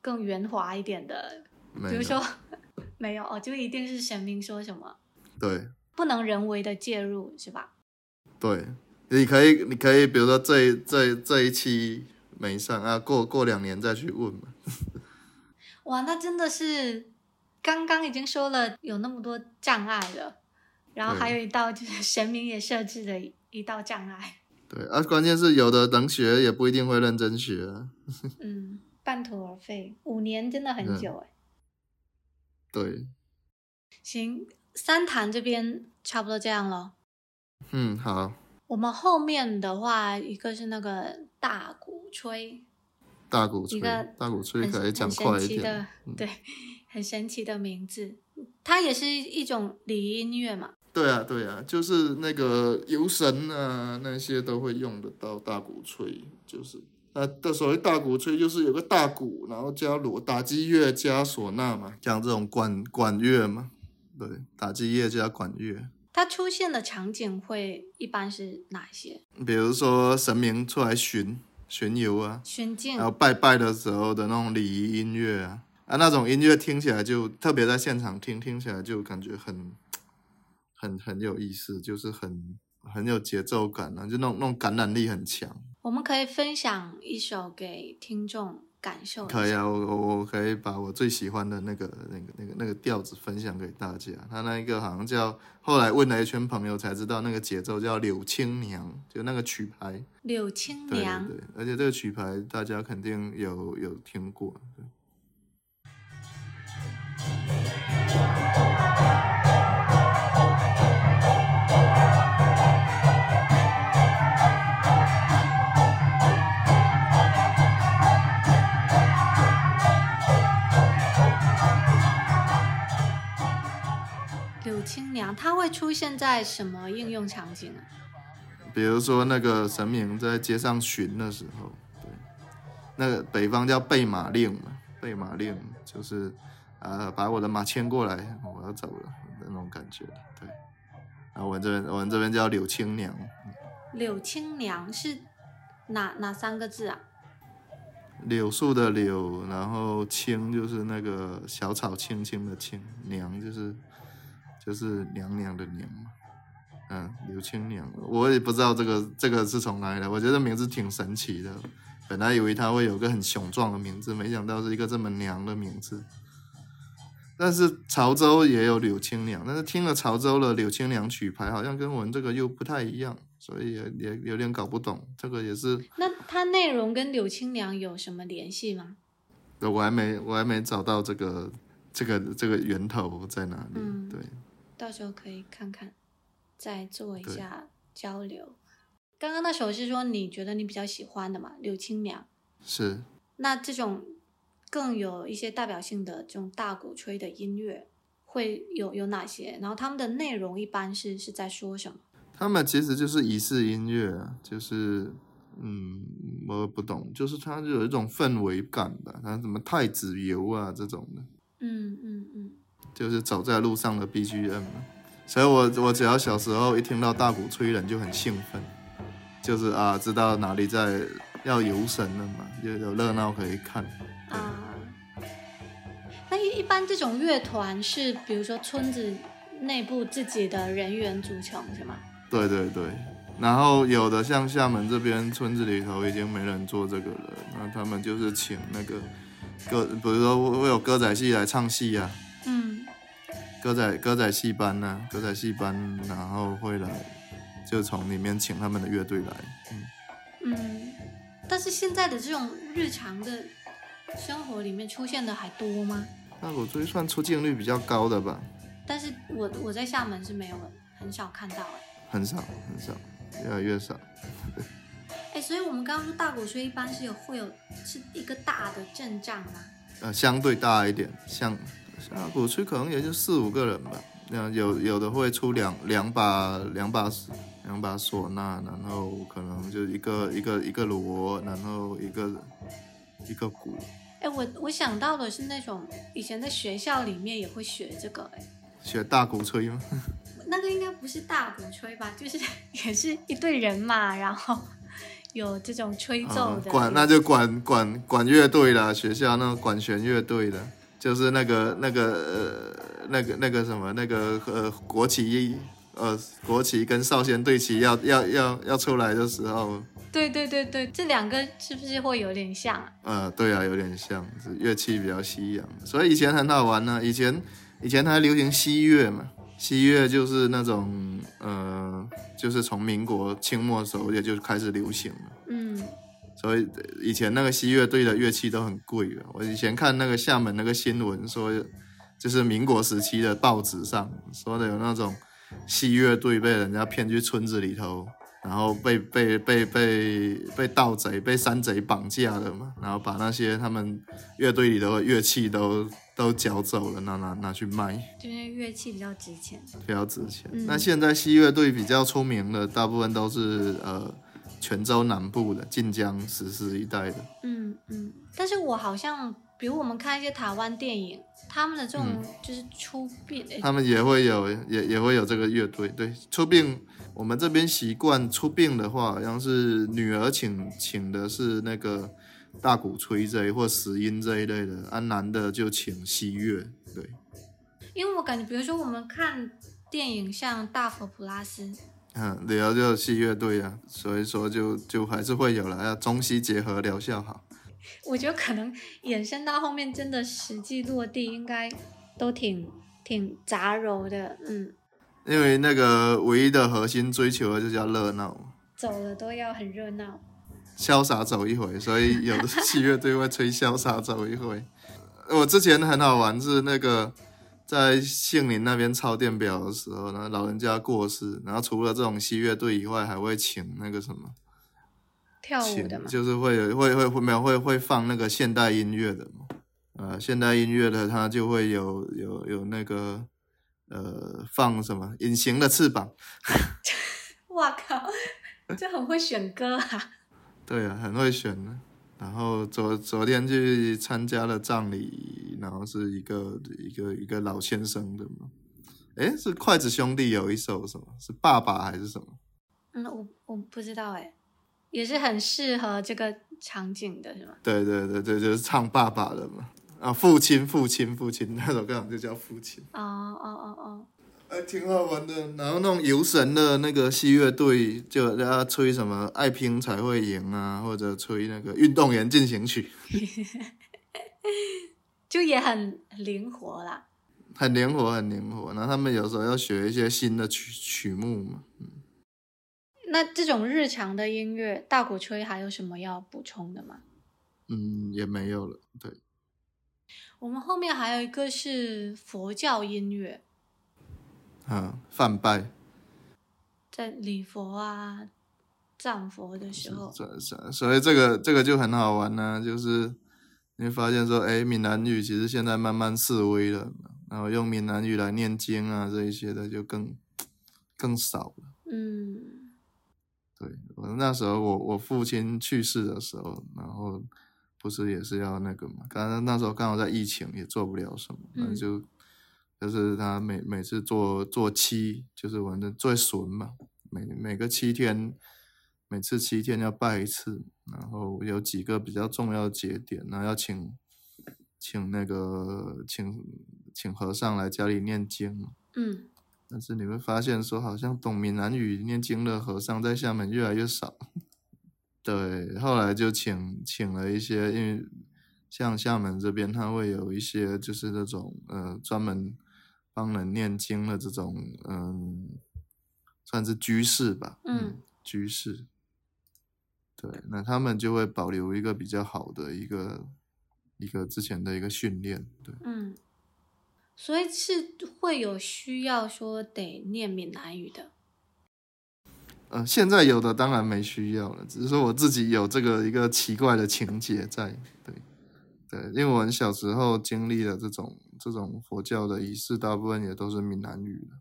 Speaker 1: 更圆滑一点的，
Speaker 2: 没
Speaker 1: 比如
Speaker 2: 有
Speaker 1: 说 [LAUGHS] 没有哦，就一定是神明说什么，
Speaker 2: 对
Speaker 1: 不能人为的介入是吧？
Speaker 2: 对，你可以你可以，比如说这一这一这一期没上啊，过过两年再去问嘛。
Speaker 1: 哇，那真的是刚刚已经说了有那么多障碍了，然后
Speaker 2: 对
Speaker 1: 还有一道就是神明也设置的一道障碍，
Speaker 2: 对啊，关键是有的能学也不一定会认真学啊、
Speaker 1: 嗯，半途而废，五年真的很
Speaker 2: 嗯
Speaker 1: 久哎。
Speaker 2: 对，
Speaker 1: 行，三潭这边差不多这样咯。
Speaker 2: 嗯，好，
Speaker 1: 我们后面的话，一个是那个大鼓吹，
Speaker 2: 大鼓吹
Speaker 1: 一个，
Speaker 2: 大鼓吹
Speaker 1: 很
Speaker 2: 可以讲
Speaker 1: 很
Speaker 2: 快
Speaker 1: 神
Speaker 2: 一
Speaker 1: 奇
Speaker 2: 点嗯
Speaker 1: 的。，对，很神奇的名字，它也是一种礼仪音乐嘛。
Speaker 2: 对啊，对啊，就是那个游神啊，那些都会用得到大鼓吹，就是啊，的所谓大鼓吹就是有个大鼓，然后加锣打击乐加唢呐嘛，像这种管管乐嘛，对，打击乐加管乐。
Speaker 1: 它出现的场景会一般是哪些？
Speaker 2: 比如说神明出来巡巡游啊，
Speaker 1: 宣敬
Speaker 2: 还有拜拜的时候的那种礼仪音乐啊，啊，那种音乐听起来就特别在现场听，听起来就感觉很很很有意思，就是很很有节奏感啊，就那种那种感染力很强。
Speaker 1: 我们可以分享一首给听众感受一下。
Speaker 2: 可以啊，我我我可以把我最喜欢的那个那个那个那个调子分享给大家。他那一个好像叫，后来问了一圈朋友才知道，那个节奏叫《柳青娘》，就那个曲牌。
Speaker 1: 柳青
Speaker 2: 对
Speaker 1: 娘，
Speaker 2: 对对，而且这个曲牌大家肯定有有听过。对
Speaker 1: 柳青娘，它会出现在什么应用场景啊？
Speaker 2: 比如说那个神明在街上巡的时候，对，那个北方叫备马令嘛，备马令就是，呃，把我的马牵过来，我要走了那种感觉，对。然后我们这边我们这边叫柳青娘，
Speaker 1: 柳青娘是哪哪三个字啊？
Speaker 2: 柳树的柳，然后青就是那个小草青青的青，娘就是就是娘娘的娘嘛。嗯，柳青娘，我也不知道这个这个是从哪里来，我觉得名字挺神奇的。本来以为它会有个很雄壮的名字，没想到是一个这么娘的名字。但是潮州也有柳青娘，但是听了潮州的柳青娘曲牌，好像跟我们这个又不太一样，所以也也有点搞不懂。这个也是
Speaker 1: 那它内容跟柳青娘有什么联系吗？
Speaker 2: 对我还没我还没找到这个这个这个源头在哪里。
Speaker 1: 嗯
Speaker 2: 对，
Speaker 1: 到时候可以看看，再做一
Speaker 2: 对
Speaker 1: 下交流。刚刚那首是说你觉得你比较喜欢的嘛，柳青娘。
Speaker 2: 是
Speaker 1: 那这种更有一些代表性的这种大鼓吹的音乐会有有哪些？然后他们的内容一般是是在说什么？
Speaker 2: 他们其实就是仪式音乐啊，就是嗯，我也不懂，就是它就有一种氛围感吧，它什么太子游啊这种的，
Speaker 1: 嗯嗯嗯，
Speaker 2: 就是走在路上的 BGM 嘛。啊所以我我只要小时候一听到大鼓吹人就很兴奋，就是啊，知道哪里在要游神了嘛，就有热闹可以看。
Speaker 1: 啊，那一一般这种乐团是比如说村子内部自己的人员组成是吗？
Speaker 2: 对对对，然后有的像厦门这边村子里头已经没人做这个了，那他们就是请那个歌，比如说会有歌仔戏来唱戏啊，
Speaker 1: 嗯
Speaker 2: 歌仔歌仔戏班呐、歌仔戏班，然后会来就从里面请他们的乐队来，嗯，
Speaker 1: 嗯，但是现在的这种日常的生活里面出现的还多吗？
Speaker 2: 那我追算出镜率比较高的吧，
Speaker 1: 但是我我在厦门是没有很少看到哎、
Speaker 2: 很少很少，越来越少。
Speaker 1: 哎，所以我们刚刚说大鼓吹一般是有会有是一个大的阵仗吗？
Speaker 2: 呃，相对大一点，像像鼓吹可能也就四五个人吧。那有有的会出两两把两把两把唢呐，然后可能就一个一个一个锣，然后一个一个鼓。
Speaker 1: 哎，我我想到的是那种以前在学校里面也会学这个，哎，
Speaker 2: 学大鼓吹吗？
Speaker 1: 那个应该不是大鼓吹吧？就是 [LAUGHS] 也是一队人嘛，然后 [LAUGHS] 有这种吹奏
Speaker 2: 啊
Speaker 1: 的，
Speaker 2: 管那就管管管乐队啦，学校那种管弦乐队的，就是那个那个呃那个那个什么那个呃国旗呃国旗跟少先队旗要要要要出来的时候，
Speaker 1: 对对对对，这两个是不是会有点像啊？
Speaker 2: 呃，对啊，有点像，是乐器比较西洋，所以以前很好玩呢、以前以前还流行西乐嘛，西乐就是那种呃，就是从民国清末的时候也就开始流行了。
Speaker 1: 嗯，
Speaker 2: 所以呃以前那个西乐队的乐器都很贵啊。我以前看那个厦门那个新闻说，就是民国时期的报纸上说的有那种西乐队被人家骗去村子里头，然后被被被被被盗贼、被山贼绑架了嘛，然后把那些他们乐队里头的乐器都都缴走了，拿拿拿去卖。
Speaker 1: 就是乐器比较值钱。
Speaker 2: 比较值钱。
Speaker 1: 嗯
Speaker 2: 那现在西乐队比较出名的，大部分都是呃泉州南部的晋江石狮一带的。
Speaker 1: 嗯嗯，但是我好像，比如我们看一些台湾电影，他们的这种就是出殡，哎
Speaker 2: 嗯他们也会有，也也会有这个乐队。对，出殡我们这边习惯出殡的话，好像是女儿请请的是那个大鼓吹这一或石音这一类的，啊男的就请西乐。对，
Speaker 1: 因为我感觉，比如说我们看电影像《大佛普拉斯》，
Speaker 2: 嗯，聊就戏乐队啊，所以说就就还是会有了，要中西结合疗效好。
Speaker 1: 我觉得可能衍生到后面，真的实际落地应该都挺挺杂糅的，嗯，
Speaker 2: 因为那个唯一的核心追求的就是要热闹，
Speaker 1: 走了都要很热闹。
Speaker 2: 潇洒走一回，所以有的戏乐队会吹潇洒走一回。 [LAUGHS] 我之前很好玩是那个在杏林那边抄电表的时候，然后老人家过世，然后除了这种西乐队以外，还会请那个什么，
Speaker 1: 跳舞
Speaker 2: 请
Speaker 1: 的嘛，
Speaker 2: 就是会有会会会没有会会放那个现代音乐的嘛，呃，现代音乐的它就会有有有那个呃放什么隐形的翅膀，
Speaker 1: 哇靠，这很会选歌啊！
Speaker 2: 对啊，很会选的。然后昨昨天去参加了葬礼，然后是一个一个一个老先生的嘛，诶，是筷子兄弟有一首什么？是爸爸还是什么？
Speaker 1: 嗯，我我不知道哎，也是很适合这个场景的，是吗？
Speaker 2: 对对对对，就是唱爸爸的嘛。啊，父亲，父亲，父亲，那首歌好像就叫父亲。
Speaker 1: 哦哦哦哦，
Speaker 2: 哎，挺好玩的。然后那种游神的那个西乐队，就大家吹什么“爱拼才会赢”啊，或者吹那个《运动员进行曲》，
Speaker 1: 就也很灵活啦。
Speaker 2: 很灵活，很灵活。然后他们有时候要学一些新的曲曲目嘛。
Speaker 1: 那这种日常的音乐，大鼓吹还有什么要补充的吗？
Speaker 2: 嗯，也没有了。对，
Speaker 1: 我们后面还有一个是佛教音乐，
Speaker 2: 啊，泛拜，
Speaker 1: 在礼佛啊、藏佛的时候，
Speaker 2: 所所所以这个这个就很好玩呢、就是你会发现说，哎，闽南语其实现在慢慢式微了，然后用闽南语来念经啊这一些的就更更少了。
Speaker 1: 嗯，
Speaker 2: 对我那时候我我父亲去世的时候，然后不是也是要那个嘛，刚刚那时候刚好在疫情，也做不了什么，那
Speaker 1: 嗯
Speaker 2: 就就是他每每次做做七，就是反正最损嘛，每每个七天，每次七天要拜一次，然后有几个比较重要的节点，然后要请请那个请请和尚来家里念经嘛。
Speaker 1: 嗯，
Speaker 2: 但是你会发现说，好像懂闽南语念经的和尚在厦门越来越少。 [LAUGHS] 对，后来就请请了一些，因为像厦门这边，他会有一些就是那种呃专门帮人念经的这种，嗯、算是居士吧，
Speaker 1: 嗯，
Speaker 2: 居士。对，那他们就会保留一个比较好的一个一个之前的一个训练，对。
Speaker 1: 嗯，所以是会有需要说得念闽南语的。
Speaker 2: 呃，现在有的当然没需要了，只是说我自己有这个一个奇怪的情节在，对，对，因为我们小时候经历了这种这种佛教的仪式，大部分也都是闽南语的。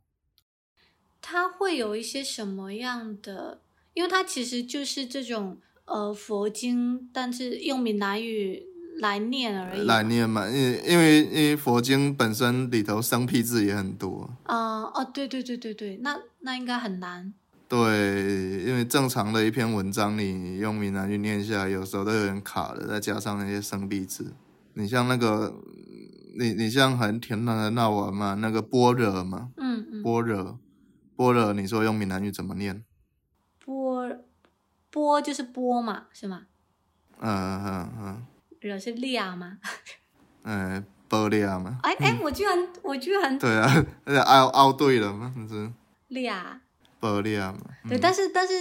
Speaker 1: 它会有一些什么样的？因为它其实就是这种呃佛经，但是用闽南语来念而已嘛。
Speaker 2: 来念嘛，因为因为因为佛经本身里头生僻字也很多，
Speaker 1: 呃，哦，对对对对对，那那应该很难。
Speaker 2: 对，因为正常的一篇文章你用闽南语念下来，有时候都有点卡的，再加上那些生僻字，你像那个，你你像很甜的那玩嘛，那个般若嘛，
Speaker 1: 嗯嗯，
Speaker 2: 般若，般若，你说用闽南语怎么念？
Speaker 1: 波波就是波嘛，是吗？
Speaker 2: 嗯嗯嗯，
Speaker 1: 惹是亮吗？
Speaker 2: 嗯，般若嘛，
Speaker 1: 哎哎，我居然我居然
Speaker 2: 嗯对啊，那凹凹对了嘛，是
Speaker 1: 亮，
Speaker 2: 般若嘛。嗯
Speaker 1: 对，但是但是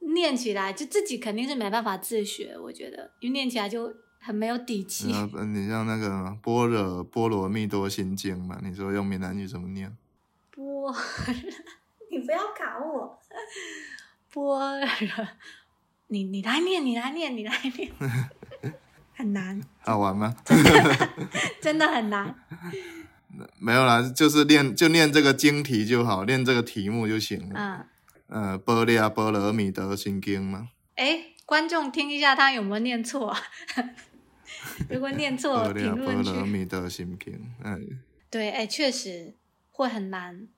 Speaker 1: 念起来就自己肯定是没办法自学，我觉得，因为念起来就很没有底气。
Speaker 2: 然后你像那个般若波罗蜜多心经嘛，你说用闽南语怎么念？
Speaker 1: [LAUGHS] 波， [LAUGHS] 你不要卡我。波，你你来念，你来念，你来念， [LAUGHS] 很难，
Speaker 2: 好玩吗？ [LAUGHS]
Speaker 1: 真的很难。
Speaker 2: 没有啦，就是念就念这个经题就好，念这个题目就行了。
Speaker 1: 嗯，
Speaker 2: 呃，般若波罗蜜多心经嘛，
Speaker 1: 哎，观众听一下，他有没有念错？ [LAUGHS] 如果念错，
Speaker 2: 般若
Speaker 1: 评
Speaker 2: 波
Speaker 1: 论
Speaker 2: 罗
Speaker 1: 区。
Speaker 2: 蜜多心经，哎。
Speaker 1: 对，哎，确实会很难。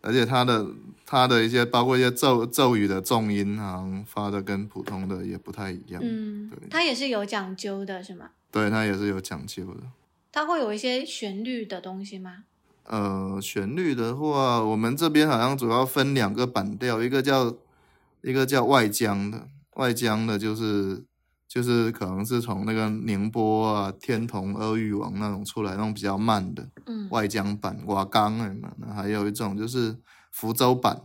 Speaker 2: 而且它的它的一些包括一些咒咒语的重音，好像发的跟普通的也不太一样。
Speaker 1: 嗯
Speaker 2: 对，
Speaker 1: 它也是有讲究的，是吗？
Speaker 2: 对，它也是有讲究的。
Speaker 1: 它会有一些旋律的东西吗？
Speaker 2: 呃，旋律的话，我们这边好像主要分两个板调，一个叫一个叫外江的，外江的就是就是可能是从那个宁波啊、天童、阿育王那种出来，那种比较慢的
Speaker 1: 嗯，
Speaker 2: 外江版、瓦岗哎嘛。那还有一种就是福州版，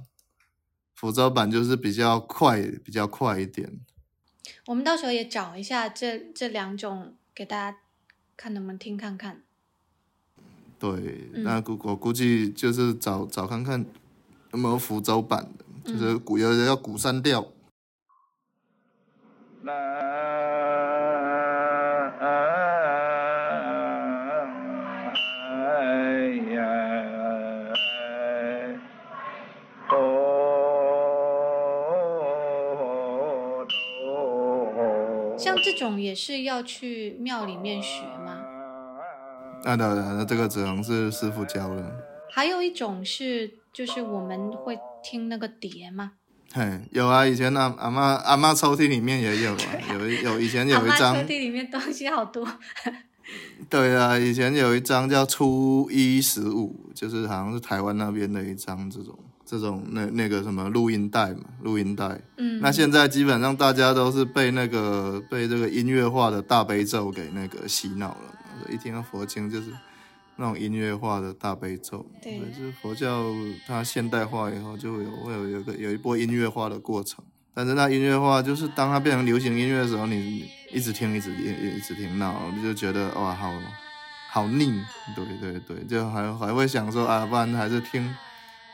Speaker 2: 福州版就是比较快、比较快一点。
Speaker 1: 我们到时候也找一下这这两种给大家看能不能听看看。
Speaker 2: 对，
Speaker 1: 嗯
Speaker 2: 那估我估计就是找找看看有没有福州版的，
Speaker 1: 嗯
Speaker 2: 就是古有人叫古山调。
Speaker 1: 像这种也是要去庙里面学吗？
Speaker 2: 那当然，啊那这个只能是师傅教了。
Speaker 1: 还有一种是，就是我们会听那个碟嘛，
Speaker 2: 嘿，有啊，以前阿阿妈阿妈抽屉里面也有
Speaker 1: [LAUGHS]
Speaker 2: 啊，有一有以前
Speaker 1: 阿
Speaker 2: 有一
Speaker 1: 妈抽
Speaker 2: 张
Speaker 1: 屉，里面东西好多。
Speaker 2: 对啊，以前有一张叫初一十五，就是好像是台湾那边的一张这种这种那那个什么录音带嘛，录音带。
Speaker 1: 嗯，
Speaker 2: 那现在基本上大家都是被那个被这个音乐化的大悲咒给那个洗脑了，一听到佛经就是那种音乐化的大悲咒，
Speaker 1: 对
Speaker 2: 所以就是佛教它现代化以后就有会有有一个有一波音乐化的过程。但是那音乐化就是当它变成流行音乐的时候，你你一直听一直听一直听，那我就觉得哇好好腻，对对对，就还还会想说啊，不然还是听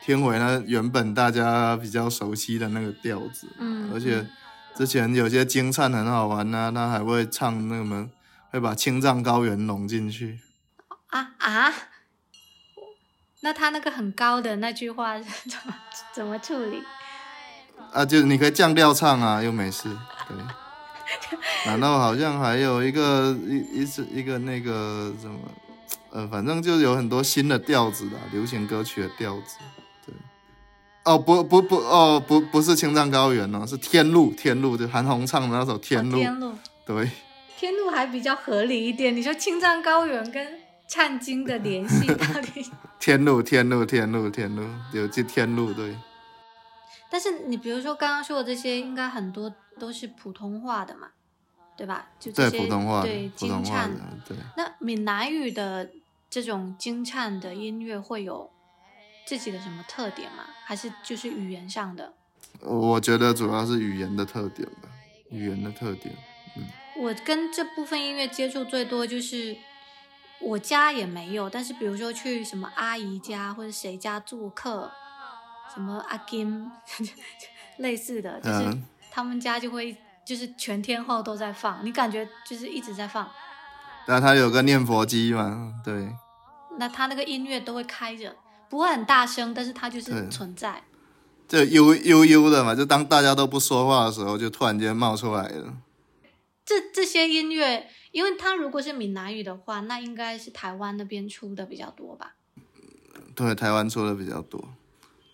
Speaker 2: 听回那原本大家比较熟悉的那个调子。
Speaker 1: 嗯，
Speaker 2: 而且之前有些京唱很好玩呐、他还会唱那个么，会把青藏高原拢进去。
Speaker 1: 啊啊，那他那个很高的那句话怎么怎么处理？
Speaker 2: 啊，就是你可以降调唱啊，又没事。对，然后好像还有一个一一是一个那个什么，呃，反正就有很多新的调子啦，流行歌曲的调子。对，哦不不不哦不不是青藏高原哦，是天路天路，就韩红唱的那首天
Speaker 1: 哦
Speaker 2: 路。
Speaker 1: 天路，
Speaker 2: 对，
Speaker 1: 天路还比较合理一点。你 [LAUGHS] 说青藏高原跟颤经的联系到底？
Speaker 2: 天路天路天路天路，有这天路对。
Speaker 1: 但是你比如说刚刚说的这些，应该很多都是普通话的嘛，对吧？就这
Speaker 2: 对
Speaker 1: 些
Speaker 2: 普通话的
Speaker 1: 对，
Speaker 2: 普通
Speaker 1: 金
Speaker 2: 话
Speaker 1: 颤
Speaker 2: 的，对。
Speaker 1: 那闽南语的这种金颤的音乐会有自己的什么特点吗？还是就是语言上的？
Speaker 2: 我觉得主要是语言的特点吧，语言的特点。
Speaker 1: 我跟这部分音乐接触最多就是我家也没有，但是比如说去什么阿姨家或者谁家做客，什么阿金 [LAUGHS] 类似的，就是
Speaker 2: 嗯
Speaker 1: 他们家就会就是全天候都在放，你感觉就是一直在放，
Speaker 2: 那他有个念佛机嘛，对
Speaker 1: 那他那个音乐都会开着，不会很大声，但是它就是
Speaker 2: 对
Speaker 1: 存在。
Speaker 2: 就悠悠悠的嘛，就当大家都不说话的时候，就突然间冒出来了。
Speaker 1: 这这些音乐，因为它如果是闽南语的话，那应该是台湾那边出的比较多吧？
Speaker 2: 对，台湾出的比较多。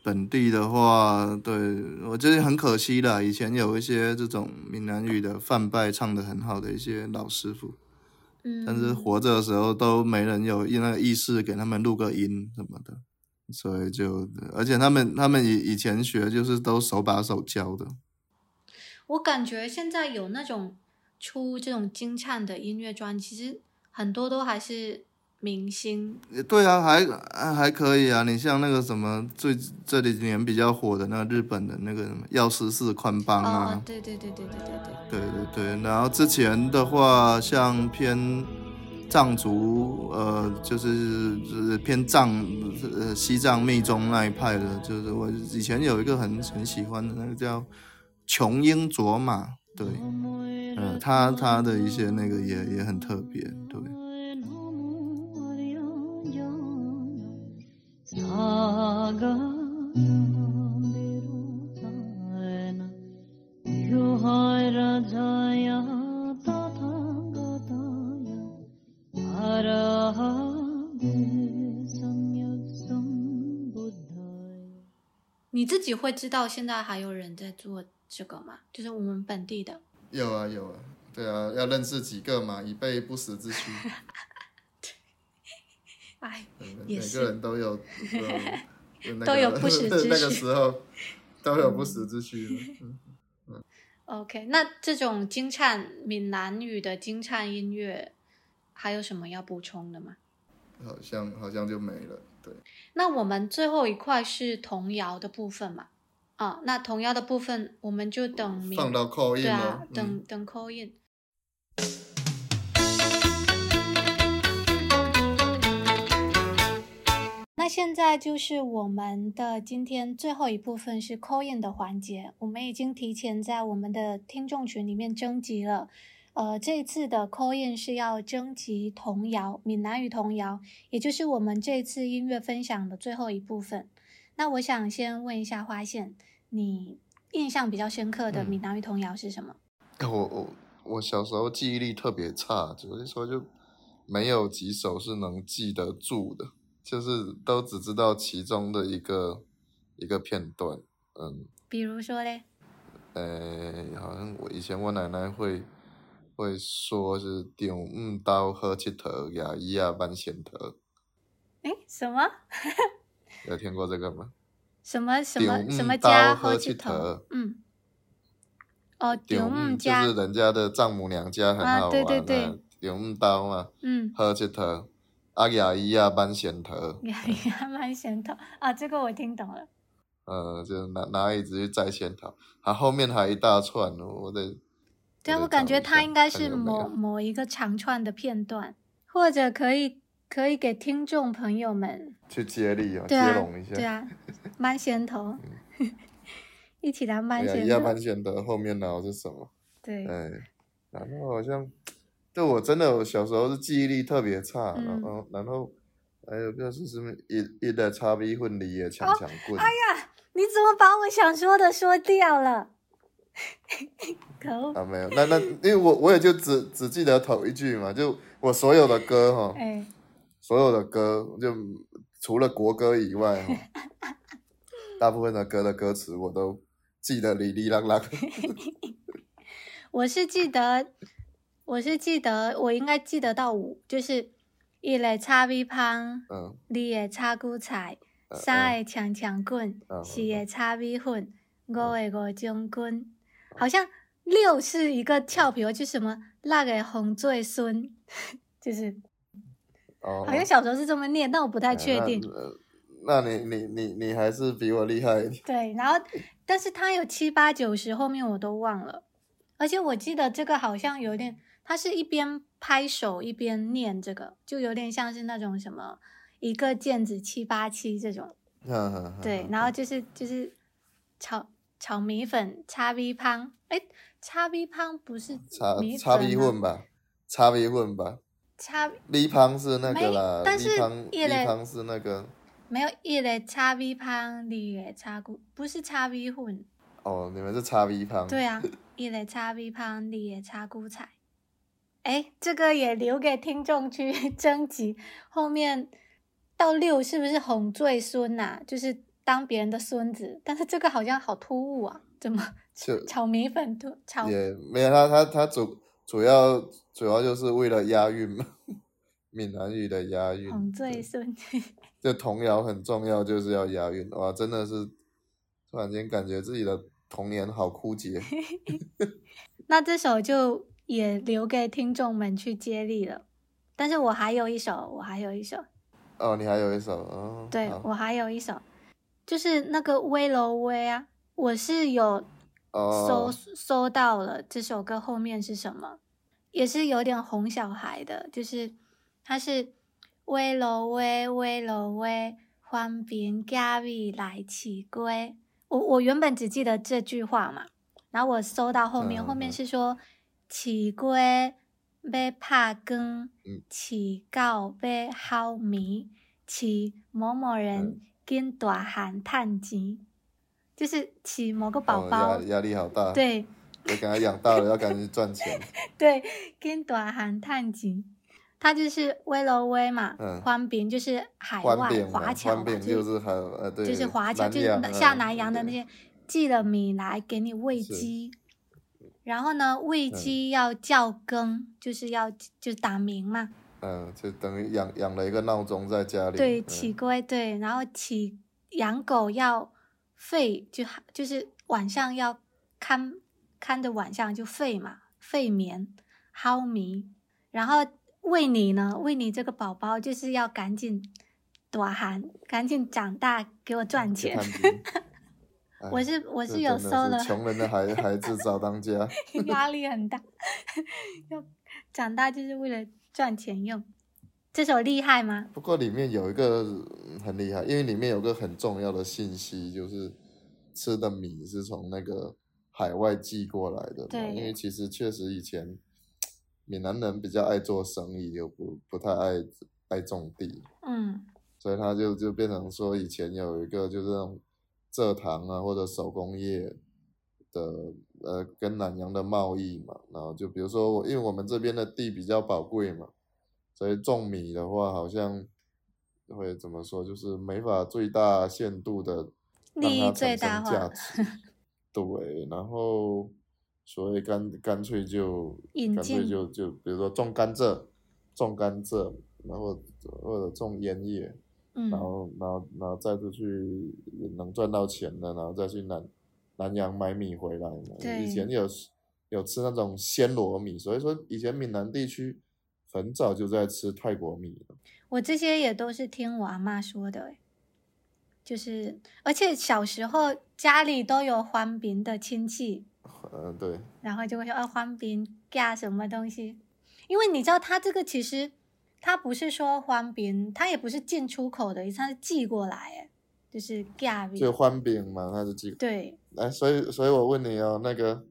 Speaker 2: 本地的话，对我觉得很可惜啦。以前有一些这种闽南语的范拜唱的很好的一些老师傅，
Speaker 1: 嗯，
Speaker 2: 但是活着的时候都没人有那个意识给他们录个音什么的，所以就而且他们他们以以前学就是都手把手教的，
Speaker 1: 我感觉现在有那种出这种金唱的音乐专辑，其实很多都还是明星。
Speaker 2: 呃对啊，还啊还可以啊。你像那个什么最这几年比较火的那个日本的那个什么药师寺宽邦啊，
Speaker 1: 哦，对对对对对对对，
Speaker 2: 对对对，然后之前的话，像偏藏族，呃，就是就是偏藏，呃，西藏密宗那一派的，就是我以前有一个很很喜欢的那个叫琼英卓玛，对，
Speaker 1: 嗯
Speaker 2: 呃，他他的一些那个也也很特别，对。
Speaker 1: 嗯你自己会知道现在还有人在做这个吗？就是我们本地的，
Speaker 2: 有啊有啊，对啊，要认识几个嘛，以备不时之需。
Speaker 1: 哎，
Speaker 2: 嗯
Speaker 1: 也
Speaker 2: 每
Speaker 1: 是
Speaker 2: 个人都有嗯
Speaker 1: [LAUGHS]
Speaker 2: 有那个
Speaker 1: 都有不
Speaker 2: [LAUGHS]
Speaker 1: 时之需
Speaker 2: 那个
Speaker 1: [LAUGHS]
Speaker 2: 时候都有不时之需。嗯
Speaker 1: OK，那这种金灿闽南语的金灿音乐，还有什么要补充的吗？
Speaker 2: 好像好像就没了。对，
Speaker 1: 那我们最后一块是童谣的部分嘛？啊，那童谣的部分我们就等明
Speaker 2: 放到扣印
Speaker 1: 对
Speaker 2: 了嗯
Speaker 1: 啊，。等等 call in。那现在就是我们的今天最后一部分是 call in 的环节，我们已经提前在我们的听众群里面征集了。呃，这一次的 call in 是要征集童谣，闽南语童谣，也就是我们这一次音乐分享的最后一部分。那我想先问一下花线，你印象比较深刻的
Speaker 2: 嗯
Speaker 1: 闽南语童谣是什么？
Speaker 2: 嗯，我我我小时候记忆力特别差，所以说就没有几首是能记得住的，就是都只知道其中的一个一个片段。嗯，
Speaker 1: 比如说嘞，
Speaker 2: 呃，好像我以前我奶奶会会说是“中午到好佚佗，夜伊啊万仙佗
Speaker 1: 哎，什么”，
Speaker 2: 有听过这个吗？
Speaker 1: 什么什么
Speaker 2: 中
Speaker 1: 什么
Speaker 2: 午到
Speaker 1: 家
Speaker 2: 喝
Speaker 1: 喝
Speaker 2: 七
Speaker 1: 起
Speaker 2: 头
Speaker 1: 头？嗯，哦，
Speaker 2: 中
Speaker 1: 中午
Speaker 2: 午就
Speaker 1: 家
Speaker 2: 是，人家的丈母娘家很
Speaker 1: 啊
Speaker 2: 好玩
Speaker 1: 对对对
Speaker 2: 啊中午到嘛，
Speaker 1: 嗯，
Speaker 2: 好佚佗，啊夜伊啊万仙佗，
Speaker 1: 你还蛮显头啊，这个我听懂了。
Speaker 2: 呃，就拿拿椅子去摘仙桃，它后面还一大串，哦我得。
Speaker 1: 对啊，
Speaker 2: 得
Speaker 1: 我感
Speaker 2: 找
Speaker 1: 觉
Speaker 2: 一
Speaker 1: 它
Speaker 2: 下
Speaker 1: 应该
Speaker 2: 看
Speaker 1: 是
Speaker 2: 有没
Speaker 1: 某
Speaker 2: 有
Speaker 1: 某一个长串的片段，或者可以可以给听众朋友们
Speaker 2: 去接力哦，
Speaker 1: 对
Speaker 2: 接
Speaker 1: 啊
Speaker 2: 龙一下。嗯
Speaker 1: 对
Speaker 2: [LAUGHS]
Speaker 1: 啊，蛮闲头， [LAUGHS] 一起来蛮
Speaker 2: 哎呀，
Speaker 1: 闲
Speaker 2: 一下
Speaker 1: 头
Speaker 2: 万，仙佗后面然后是什么？
Speaker 1: 对，
Speaker 2: 哎，然后好像，对我真的我小时候是记忆力特别差，
Speaker 1: 嗯
Speaker 2: 然后然后哎还有个是什么一一的叉 B 混里也强
Speaker 1: 哦
Speaker 2: 强
Speaker 1: 哎
Speaker 2: 棍，
Speaker 1: 你怎么把我想说的说掉了？ [LAUGHS] 可恶！
Speaker 2: 啊没有，那那因为我我也就只只记得头一句嘛，就我所有的歌哈，
Speaker 1: 哎，
Speaker 2: 所有的歌就除了国歌以外
Speaker 1: [LAUGHS]
Speaker 2: 哈，大部分的歌的歌词我都记得哩哩啷啷，
Speaker 1: 我是记得，我是记得，我应该记得到五，就是一嘞叉米芳，
Speaker 2: 嗯，
Speaker 1: 二嘞叉韭菜，
Speaker 2: 呃
Speaker 1: 三个强强棍
Speaker 2: 嗯，
Speaker 1: 四个叉米粉，五个五将军，好像六是一个俏皮话，哦就什么那个红醉孙， [LAUGHS] 就是
Speaker 2: 哦，
Speaker 1: [LAUGHS] 好像小时候是这么念，但我不太确定。
Speaker 2: 那。呃那你你你你还是比我厉害一点，
Speaker 1: 对，然后但是它有七八九十，后面我都忘了。而且我记得这个好像有点，它是一边拍手一边念这个，就有点像是那种什么一个毽子七八七这种。
Speaker 2: 哈哈哈
Speaker 1: 对，然后就是就是炒炒米粉叉 V 汤，哎，叉 V 汤不是
Speaker 2: 叉
Speaker 1: 米
Speaker 2: 哦叉
Speaker 1: 粉
Speaker 2: 逼
Speaker 1: 吗
Speaker 2: 混吧，叉逼混吧。
Speaker 1: 叉
Speaker 2: 立胖是那个
Speaker 1: 没
Speaker 2: 啦，
Speaker 1: 但
Speaker 2: 立
Speaker 1: 是
Speaker 2: 胖
Speaker 1: 叶
Speaker 2: 立
Speaker 1: 磊
Speaker 2: 胖是那个
Speaker 1: 没有一嘞叉 V 汤，二嘞叉骨，不是叉 V 混。
Speaker 2: 哦，你们是叉逼胖。
Speaker 1: 对啊，一垒插 V 胖，二垒插菇菜。哎，这个也留给听众去征集。后面到六是不是哄醉孙呐、啊就是当别人的孙子，但是这个好像好突兀啊，怎么
Speaker 2: 就
Speaker 1: [LAUGHS] 炒米粉突炒？
Speaker 2: 也没有他他他主主要主要就是为了押韵嘛，闽南语的押韵。
Speaker 1: 哄醉孙，
Speaker 2: 这童谣很重要，就是要押韵。哇，真的是突然间感觉自己的童年好
Speaker 1: [LAUGHS]
Speaker 2: 枯竭。
Speaker 1: [LAUGHS] 那这首就也留给听众们去接力了。但是我还有一首，我还有一首，
Speaker 2: 哦，你还有一首哦，
Speaker 1: 对
Speaker 2: 好
Speaker 1: 我还有一首，就是那个威楼威啊，我是有搜
Speaker 2: 哦，
Speaker 1: 搜到了这首歌后面是什么，也是有点哄小孩的，就是它是威罗威威罗威，欢边家里来起归。我我原本只记得这句话嘛，然后我搜到后面，
Speaker 2: 嗯
Speaker 1: 后面
Speaker 2: 嗯
Speaker 1: 是说起归被怕光
Speaker 2: 嗯，
Speaker 1: 起告被好迷，起某某
Speaker 2: 嗯
Speaker 1: 人跟大汉探钱，就是起某个宝
Speaker 2: 哦
Speaker 1: 宝
Speaker 2: 压压力好大。，
Speaker 1: 对 [LAUGHS] 哎
Speaker 2: 就赶快养大了，要赶紧去赚钱。
Speaker 1: 对，跟大汉探钱，它就是威罗威嘛，
Speaker 2: 嗯
Speaker 1: 欢边就是海外
Speaker 2: 欢饼嘛，
Speaker 1: 华侨嘛，啊
Speaker 2: 欢饼就是还有呃对，
Speaker 1: 就是华侨，就
Speaker 2: 洋
Speaker 1: 是
Speaker 2: 啊
Speaker 1: 下南洋的那
Speaker 2: 对
Speaker 1: 些寄了米来给你喂
Speaker 2: 是
Speaker 1: 鸡，然后呢喂
Speaker 2: 嗯
Speaker 1: 鸡要叫羹，就是要就是打鸣嘛，
Speaker 2: 嗯嗯，就等于养养了一个闹钟在家里。
Speaker 1: 对，
Speaker 2: 嗯
Speaker 1: 起龟对，然后起养狗要吠，就就是晚上要看看的晚上就吠嘛，吠眠、薅迷，然后喂你呢，喂你这个宝宝就是要赶紧短寒，赶紧长大给
Speaker 2: 啊
Speaker 1: 我赚
Speaker 2: 去
Speaker 1: 钱 [LAUGHS]
Speaker 2: 探。病哎
Speaker 1: 我是我
Speaker 2: 这
Speaker 1: 是有
Speaker 2: 真的
Speaker 1: 搜
Speaker 2: 是
Speaker 1: 了，
Speaker 2: 穷人的孩孩子早当家。
Speaker 1: [LAUGHS] 压力很大，要长大就是为了赚钱用。这首厉害吗？
Speaker 2: 不过里面有一个嗯很厉害，因为里面有个很重要的信息，就是吃的米是从那个海外寄过来的嘛。
Speaker 1: 对
Speaker 2: 因为其实确实以前闽南人比较爱做生意，又不不太爱爱种地，
Speaker 1: 嗯，
Speaker 2: 所以他就就变成说以前有一个就是那种蔗糖啊或者手工业的呃跟南洋的贸易嘛，然后就比如说我因为我们这边的地比较宝贵嘛，所以种米的话好像会怎么说，就是没法最大限度的
Speaker 1: 利益最大化
Speaker 2: 价值，对，然后所以干干脆就
Speaker 1: 引
Speaker 2: 干脆
Speaker 1: 进
Speaker 2: 就就比如说种甘蔗，种甘蔗，然后或者种烟叶。
Speaker 1: 嗯
Speaker 2: 然后然后然后再出去也能赚到钱的，然后再去南南洋买米回来嘛。
Speaker 1: 对
Speaker 2: 以前有有吃那种暹罗米，所以说以前闽南地区很早就在吃泰国米了。
Speaker 1: 我这些也都是听我阿妈说的欸，就是而且小时候家里都有欢饼的亲戚，
Speaker 2: 嗯，对，
Speaker 1: 然后就会说哦，欢饼嫁什么东西？因为你知道，它这个其实它不是说欢饼，它也不是进出口的意思，它是寄过来，哎，就是嫁饼
Speaker 2: 就欢饼嘛，它是几个？
Speaker 1: 对，
Speaker 2: 哎，所以所以我问你哦，那个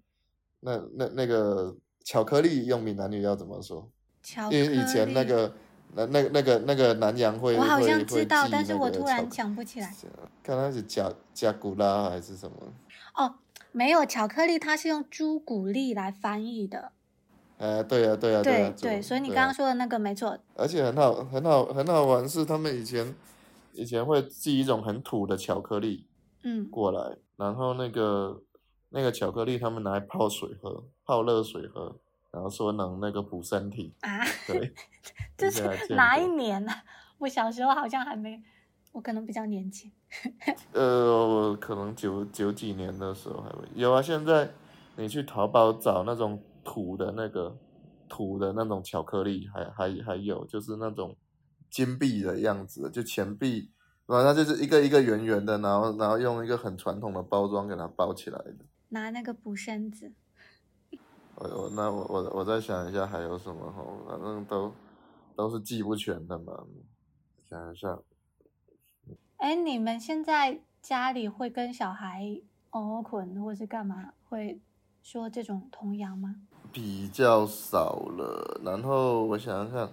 Speaker 2: 那那那个巧克力用闽南语要怎么说？
Speaker 1: 巧克
Speaker 2: 因
Speaker 1: 力。
Speaker 2: 为以前那个。那那那个那个南洋会，
Speaker 1: 我好
Speaker 2: 会
Speaker 1: 像
Speaker 2: 会
Speaker 1: 知道，
Speaker 2: 寄
Speaker 1: 但是
Speaker 2: 那
Speaker 1: 我
Speaker 2: 个
Speaker 1: 突
Speaker 2: 巧
Speaker 1: 然
Speaker 2: 克
Speaker 1: 想不起来。
Speaker 2: 看它是甲甲古拉还是什么？
Speaker 1: 哦，没有，巧克力它是用朱古力来翻译的，
Speaker 2: 呃，对呀、对呀、
Speaker 1: 对
Speaker 2: 呀、
Speaker 1: 对，所以你
Speaker 2: 对
Speaker 1: 刚
Speaker 2: 啊
Speaker 1: 刚说的那个没错，
Speaker 2: 而且很好，很好，很好玩是他们以前以前会寄一种很土的巧克力
Speaker 1: 嗯，
Speaker 2: 过来，然后那个那个巧克力他们拿来泡水喝，泡热水喝，然后说能那个补身体。
Speaker 1: 啊，，
Speaker 2: 对
Speaker 1: 这
Speaker 2: 以前还
Speaker 1: 是
Speaker 2: 见
Speaker 1: 哪
Speaker 2: 过
Speaker 1: 一年呢、我小时候好像还没，我可能比较年轻。
Speaker 2: 呃，我可能九九几年的时候还会有啊。现在你去淘宝找那种土的那个土的那种巧克力，还还还有就是那种金币的样子，就钱币，然后它就是一个一个圆圆的，然后然后用一个很传统的包装给它包起来的。
Speaker 1: 拿那个补身子，
Speaker 2: 我我哦那我我我再想一下还有什么哦哈，反正都都是记不全的嘛。哦想一下，
Speaker 1: 哎，你们现在家里会跟小孩哦捆或是干嘛，会说这种童谣吗？
Speaker 2: 比较少了。然后我想想看，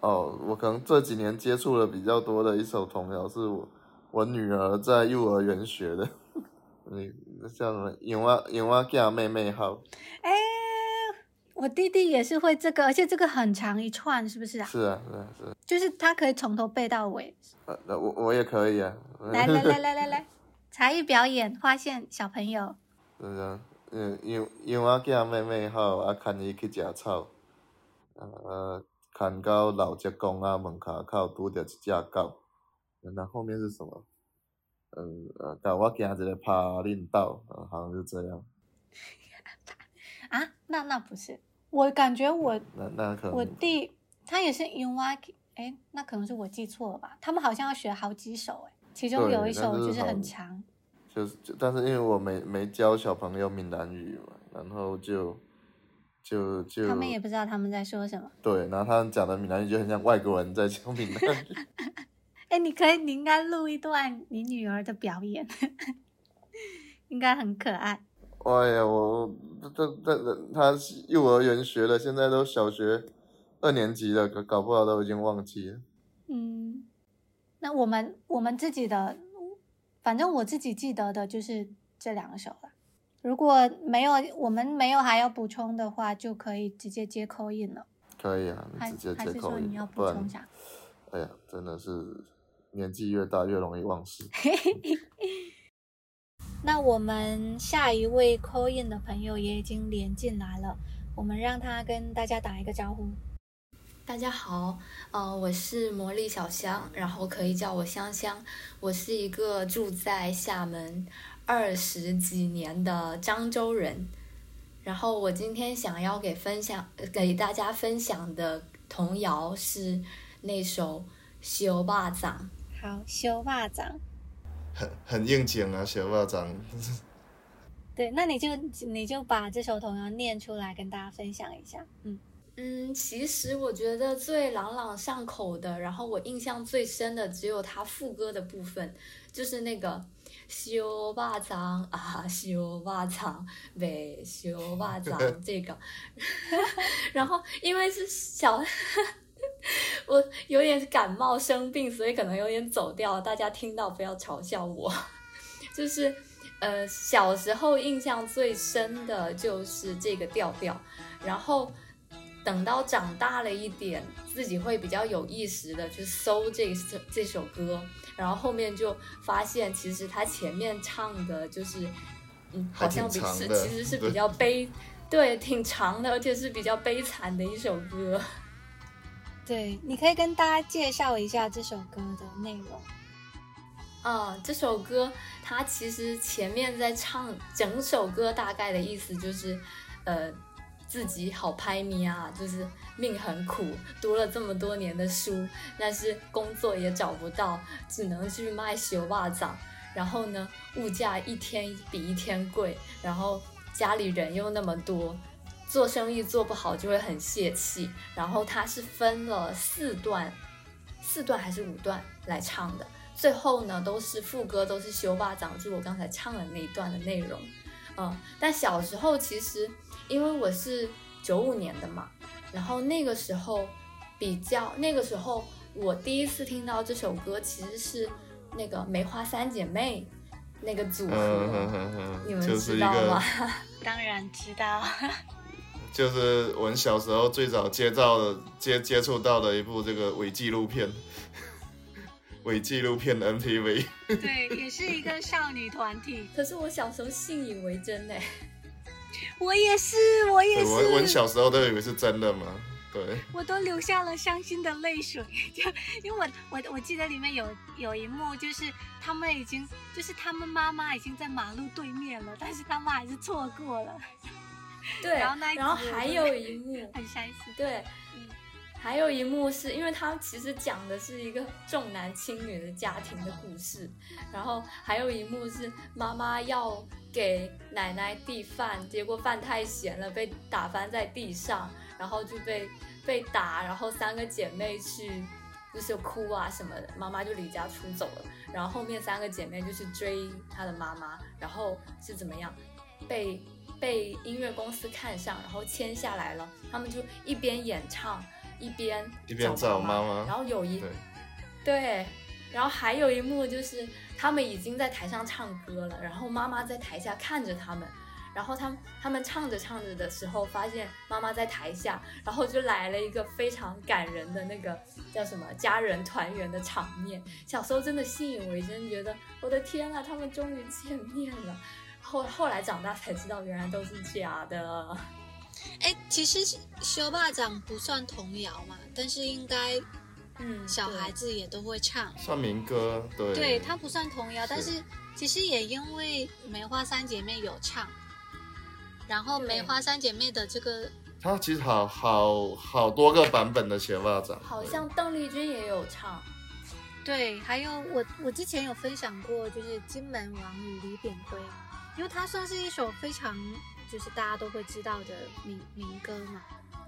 Speaker 2: 哦，我可能这几年接触了比较多的一首童谣，是我我女儿在幼儿园学的。 [LAUGHS] 你像什么？因为因为叫妹妹好，
Speaker 1: 哎，我弟弟也是会这个，而且这个很长一串，是不是啊？
Speaker 2: 是啊是啊是啊，
Speaker 1: 就是他可以从头背到尾。
Speaker 2: 呃那、我我也可以啊。
Speaker 1: 来来来来来
Speaker 2: [LAUGHS]
Speaker 1: 来，才艺表演，发现小朋友。
Speaker 2: 是啊，因因因为叫妹妹好，啊，牵伊去食草，呃，牵到老街公啊门口口拄着一只狗，那后面是什么？嗯呃，狗我行一个趴领导，呃好像是这样。
Speaker 1: 啊，那那不是，我感觉我
Speaker 2: 那那可能
Speaker 1: 我弟他也是 u w a k 哎，那可能是我记错了吧？他们好像要学好几首哎，其中
Speaker 2: 对
Speaker 1: 有一
Speaker 2: 但
Speaker 1: 首
Speaker 2: 是
Speaker 1: 就是
Speaker 2: 好
Speaker 1: 很长，
Speaker 2: 就是就，但是因为我没没教小朋友闽南语嘛，然后就就就
Speaker 1: 他们也不知道他们在说什么。
Speaker 2: 对，然后他们讲的闽南语就很像外国人在讲闽南语。
Speaker 1: 哎，你可以，你应该录一段你女儿的表演， [LAUGHS] 应该很可爱。
Speaker 2: 哎呀，我这这这他是幼儿园学的，现在都小学二年级了，搞搞不好都已经忘记了。
Speaker 1: 嗯，那我们我们自己的，反正我自己记得的就是这两首了。如果没有我们没有还要补充的话，就可以直接接口音了。
Speaker 2: 可以啊，你
Speaker 1: 还
Speaker 2: 直接
Speaker 1: 还
Speaker 2: 接
Speaker 1: 是
Speaker 2: 口
Speaker 1: 说你
Speaker 2: 音
Speaker 1: 要
Speaker 2: 吧，
Speaker 1: 补
Speaker 2: 不
Speaker 1: 充
Speaker 2: 然，
Speaker 1: 啥？
Speaker 2: 哎呀，真的是年纪越大越容易忘事。
Speaker 1: 那我们下一位 call in 的朋友也已经连进来了，我们让他跟大家打一个招呼。
Speaker 4: 大家好，呃，我是魔力小香，然后可以叫我香香。我是一个住在厦门二十几年的漳州人，然后我今天想要给分享呃给大家分享的童谣是那首《小巴掌》。
Speaker 1: 好，修霸掌。
Speaker 2: 很很应景啊，小巴掌。
Speaker 1: 对，那你就你就把这首童谣念出来，跟大家分享一下。嗯，
Speaker 4: 嗯，其实我觉得最朗朗上口的，然后我印象最深的只有它副歌的部分，就是那个“修巴掌啊，修巴掌，喂，修巴掌”这个。 [LAUGHS] 然后因为是小， [LAUGHS] 我有点感冒生病，所以可能有点走调，大家听到不要嘲笑我。 [LAUGHS] 就是呃，小时候印象最深的就是这个调调，然后。等到长大了一点，自己会比较有意识的去搜这首这首歌，然后后面就发现，其实他前面唱的就是，嗯，
Speaker 2: 还
Speaker 4: 好
Speaker 2: 挺
Speaker 4: 像比
Speaker 2: 长
Speaker 4: 是
Speaker 2: 的
Speaker 4: 其实是
Speaker 2: 对
Speaker 4: 比较悲，对，挺长的，而且是比较悲惨的一首歌。
Speaker 1: 对，你可以跟大家介绍一下这首歌的内容。
Speaker 4: 啊，这首歌它其实前面在唱整首歌，大概的意思就是，呃，自己好拍咪啊，就是命很苦，读了这么多年的书，但是工作也找不到，只能去卖小袜掌。然后呢，物价一天比一天贵，然后家里人又那么多，做生意做不好就会很泄气。然后它是分了四段，四段还是五段来唱的。最后呢，都是副歌都是修霸掌，就是我刚才唱的那一段的内容。嗯，但小时候其实因为我是九五年的嘛，然后那个时候比较，那个时候我第一次听到这首歌其实是那个梅花三姐妹那个组合，
Speaker 1: [LAUGHS]
Speaker 2: 嗯哼哼
Speaker 4: 你
Speaker 2: 哼，
Speaker 4: 们
Speaker 2: 就是
Speaker 4: 知
Speaker 2: 一
Speaker 4: 道
Speaker 2: 个
Speaker 4: 吗？，
Speaker 1: 当然知 [LAUGHS] 道，
Speaker 2: 就是我们小时候最早接到的接接触到的一部这个伪纪录片， [LAUGHS] 伪纪录片 MTV。
Speaker 1: 对，也是一个少女团体。
Speaker 4: 可是我小时候信以为
Speaker 1: [LAUGHS]
Speaker 4: 真哎、
Speaker 1: 我也是，我也
Speaker 2: 对，
Speaker 1: 是，
Speaker 2: 我我小时候都以为是真的嘛。对，
Speaker 1: 我都流下了伤心的泪水，就因为我我我记得里面有有一幕，就是他们已经就是他们妈妈已经在马路对面了，但是他们还是错过了，
Speaker 4: 对，
Speaker 1: 然后那一集
Speaker 4: 然后
Speaker 1: 我
Speaker 4: 还
Speaker 1: 就
Speaker 4: 有一
Speaker 1: [LAUGHS]
Speaker 4: 幕，
Speaker 1: 很伤心。
Speaker 4: 对
Speaker 1: 嗯，
Speaker 4: 还有一幕是因为它其实讲的是一个重男轻女的家庭的故事，然后还有一幕是妈妈要给奶奶递饭，结果饭太咸了，被打翻在地上，然后就被被打，然后三个姐妹去就是哭啊什么的，妈妈就离家出走了，然后后面三个姐妹就去追她的妈妈，然后是怎么样被被音乐公司看上，然后签下来了，她们就一边演唱一边
Speaker 2: 一边啊找妈妈
Speaker 4: 然后有一
Speaker 2: 对，
Speaker 4: 对，然后还有一幕就是他们已经在台上唱歌了，然后妈妈在台下看着他们，然后他们他们唱着唱着的时候，发现妈妈在台下，然后就来了一个非常感人的那个叫什么家人团圆的场面。小时候真的信以为真，觉得我的天啊，他们终于见面了。 [LAUGHS] 后后来长大才知道，原来都是假的。
Speaker 1: 哎，其实修霸掌不算童谣嘛，但是应该
Speaker 4: 嗯，对
Speaker 1: 子也都会唱。
Speaker 2: 算民歌，对，
Speaker 1: 对，它不算童谣，
Speaker 2: 是
Speaker 1: 但是其实也因为梅花三姐妹有唱，然后
Speaker 4: 对
Speaker 1: 梅花三姐妹的这个
Speaker 2: 它其实好好好多个版本的鞋袜啊掌，
Speaker 4: 好
Speaker 2: 对
Speaker 4: 像邓丽君也有唱。
Speaker 1: 对，还有我我之前有分享过，就是金门王与李炳辉，因为它算是一首非常就是大家都会知道的民民歌嘛。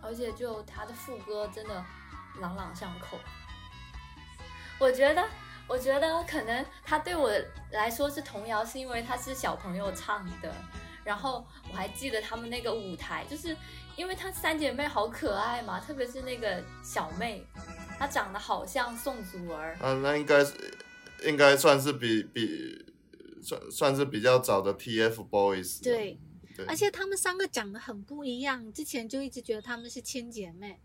Speaker 4: 而且就他的副歌真的朗朗上口。我觉得，我觉得可能他对我来说是童谣，是因为他是小朋友唱的。然后我还记得他们那个舞台，就是因为她三姐妹好可爱嘛，特别是那个小妹，她长得好像宋祖儿。
Speaker 2: 啊，那应该是应该算是比比算算是比较早的 TFBOYS，
Speaker 1: 对，
Speaker 2: 对，
Speaker 1: 而且她们三个长得很不一样，之前就一直觉得她们是亲姐妹，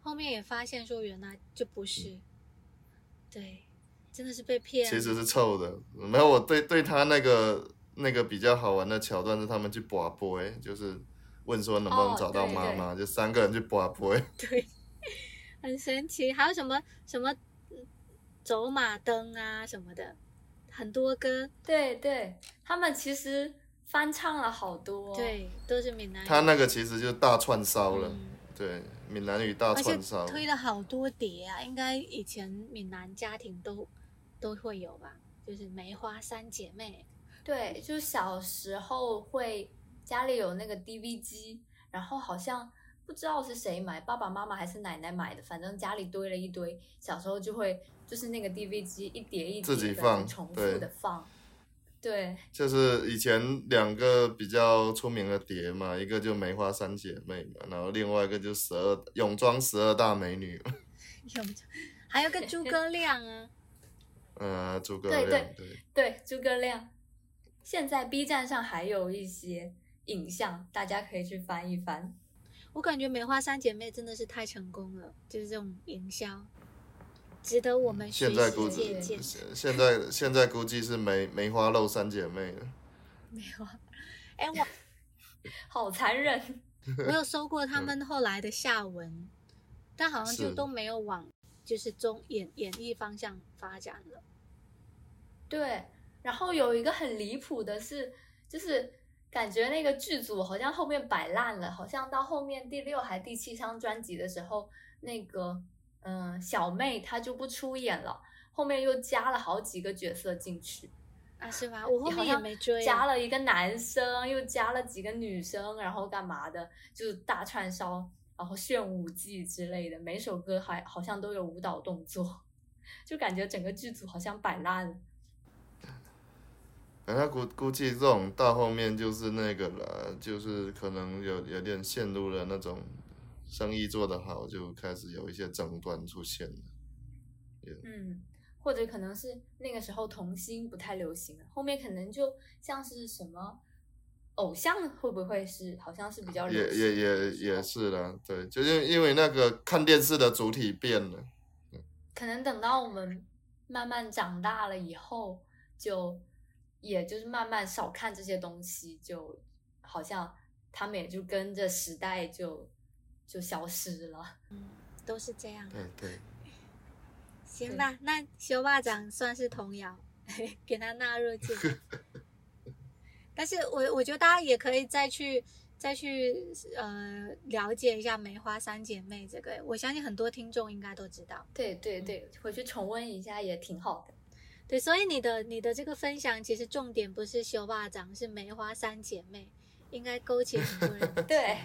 Speaker 1: 后面也发现说原来就不是。对，真的是被骗了。
Speaker 2: 嗯其实是臭的。没有，我对对他那个那个比较好玩的桥段是他们去拔杯，就是问说能不能
Speaker 4: 哦
Speaker 2: 找到
Speaker 4: 对
Speaker 2: 妈
Speaker 4: 对
Speaker 2: 妈，就三个人去拔杯。
Speaker 1: 对，很神奇。还有什么什么嗯走马灯啊什么的，很多歌，
Speaker 4: 对对，他们其实翻唱了好多，，
Speaker 1: 对，都是闽南语。
Speaker 2: 哦他那个其实就大串烧了，
Speaker 1: 嗯
Speaker 2: 对，闽南语大
Speaker 1: 而且
Speaker 2: 串烧。
Speaker 1: 推了好多碟啊，应该以前闽南家庭都都会有吧，就是梅花三姐妹， [LAUGHS]
Speaker 4: 对，就小时候会家里有那个 DV 机，然后好像不知道是谁买，爸爸妈妈还是奶奶买的，反正家里堆了一堆。小时候就会就是那个 DV 机一碟一
Speaker 2: 自己
Speaker 4: 碟的
Speaker 2: 放
Speaker 4: 重
Speaker 2: 对
Speaker 4: 复的放，对
Speaker 2: 就是以前两个比较出名的碟嘛，一个就梅花三姐妹嘛，然后另外一个就十二泳装十二大美女， [LAUGHS]
Speaker 1: 有还有个诸葛亮啊，
Speaker 2: 呃，诸葛
Speaker 4: 对
Speaker 2: 亮对
Speaker 4: 对，诸葛亮。现在 B 站上还有一些影像，大家可以去翻一翻。
Speaker 1: 我感觉梅花三姐妹真的是太成功了，就是这种营销，值得我们学
Speaker 2: 现
Speaker 1: 习
Speaker 2: 在估
Speaker 1: 借
Speaker 2: 计
Speaker 1: 鉴。
Speaker 2: 现在现在估计是梅梅花肉三姐妹了。
Speaker 1: 没有啊，哎，我
Speaker 4: 好残忍，
Speaker 1: 我有搜过他们后来的下文，但好像就是都没有往就是中演演艺方向发展了。
Speaker 4: 对，然后有一个很离谱的是，就是感觉那个剧组好像后面摆烂了，好像到后面第六还第七张专辑的时候，那个嗯小妹她就不出演了，后面又加了好几个角色进去，
Speaker 1: 啊，是吗？我后
Speaker 4: 好
Speaker 1: 面也
Speaker 4: 像
Speaker 1: 没追
Speaker 4: 加
Speaker 1: 啊。
Speaker 4: 了一个男生，又加了几个女生，然后干嘛的，就是大串烧，然后炫舞技之类的，每首歌还好像都有舞蹈动作， [LAUGHS] 就感觉整个剧组好像摆烂了。
Speaker 2: 反正哎估估计这种到后面就是那个了，就是可能有有点陷入了那种生意做得好，就开始有一些争端出现了。
Speaker 4: 嗯，或者可能是那个时候童星不太流行了，后面可能就像是什么偶像会不会是好像是比较流
Speaker 2: 也
Speaker 4: 行
Speaker 2: 也也
Speaker 4: 的时候
Speaker 2: 也是啦，对，就是因为那个看电视的主体变了，
Speaker 4: 可能等到我们慢慢长大了以后，就也就是慢慢少看这些东西，就好像他们也就跟着时代就就消失了。 [LAUGHS]
Speaker 1: 嗯都是这样。
Speaker 2: 对嗯对，
Speaker 1: 行
Speaker 4: 对
Speaker 1: 吧，那修霸掌算是童谣，给它纳入进
Speaker 4: [LAUGHS]
Speaker 1: 来。但是我我觉得大家也可以再去再去呃了解一下梅花三姐妹这个，我相信很多听众应该都知道。
Speaker 4: 对
Speaker 2: 嗯
Speaker 4: 对对，回去重温一下也挺好的。
Speaker 1: 对，所以你的你的这个分享，其实重点不是修霸掌，是梅花三姐妹，应该勾起很多
Speaker 4: [LAUGHS]
Speaker 1: 人
Speaker 4: 对，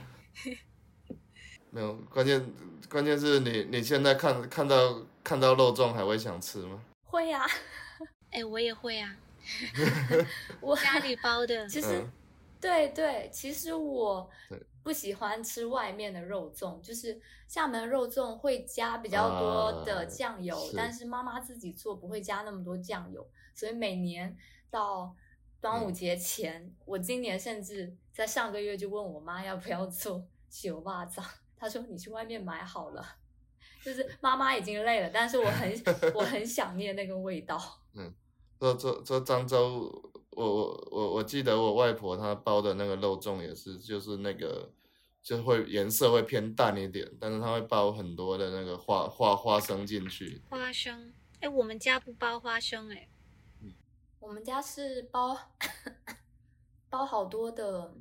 Speaker 2: 没有关键，关键是你你现在看看到看到肉粽还会想吃吗？
Speaker 4: 会呀、 [LAUGHS]
Speaker 1: 哎，我也会啊，
Speaker 4: 我
Speaker 1: 家里包的。
Speaker 4: 其实
Speaker 2: 嗯，
Speaker 4: 对对，其实我
Speaker 2: 对
Speaker 4: 不喜欢吃外面的肉粽，就是厦门肉粽会加比较多
Speaker 2: 啊
Speaker 4: 的酱油，
Speaker 2: 是
Speaker 4: 但是妈妈自己做不会加那么多酱油，所以每年到端午
Speaker 2: 嗯
Speaker 4: 节前，我今年甚至在上个月就问我妈要不要做油霸掌，她说你去外面买好了。 [LAUGHS] 就是妈妈已经累了，但是我很我很想念那个味道。
Speaker 2: 说说说漳州，我我我我记得我外婆她包的那个肉粽也是，就是那个就会颜色会偏淡一点，但是她会包很多的那个花花花生进去，
Speaker 1: 花生，哎，我们家不包花生、哎，
Speaker 4: 我们家是包 [LAUGHS] 包好多的，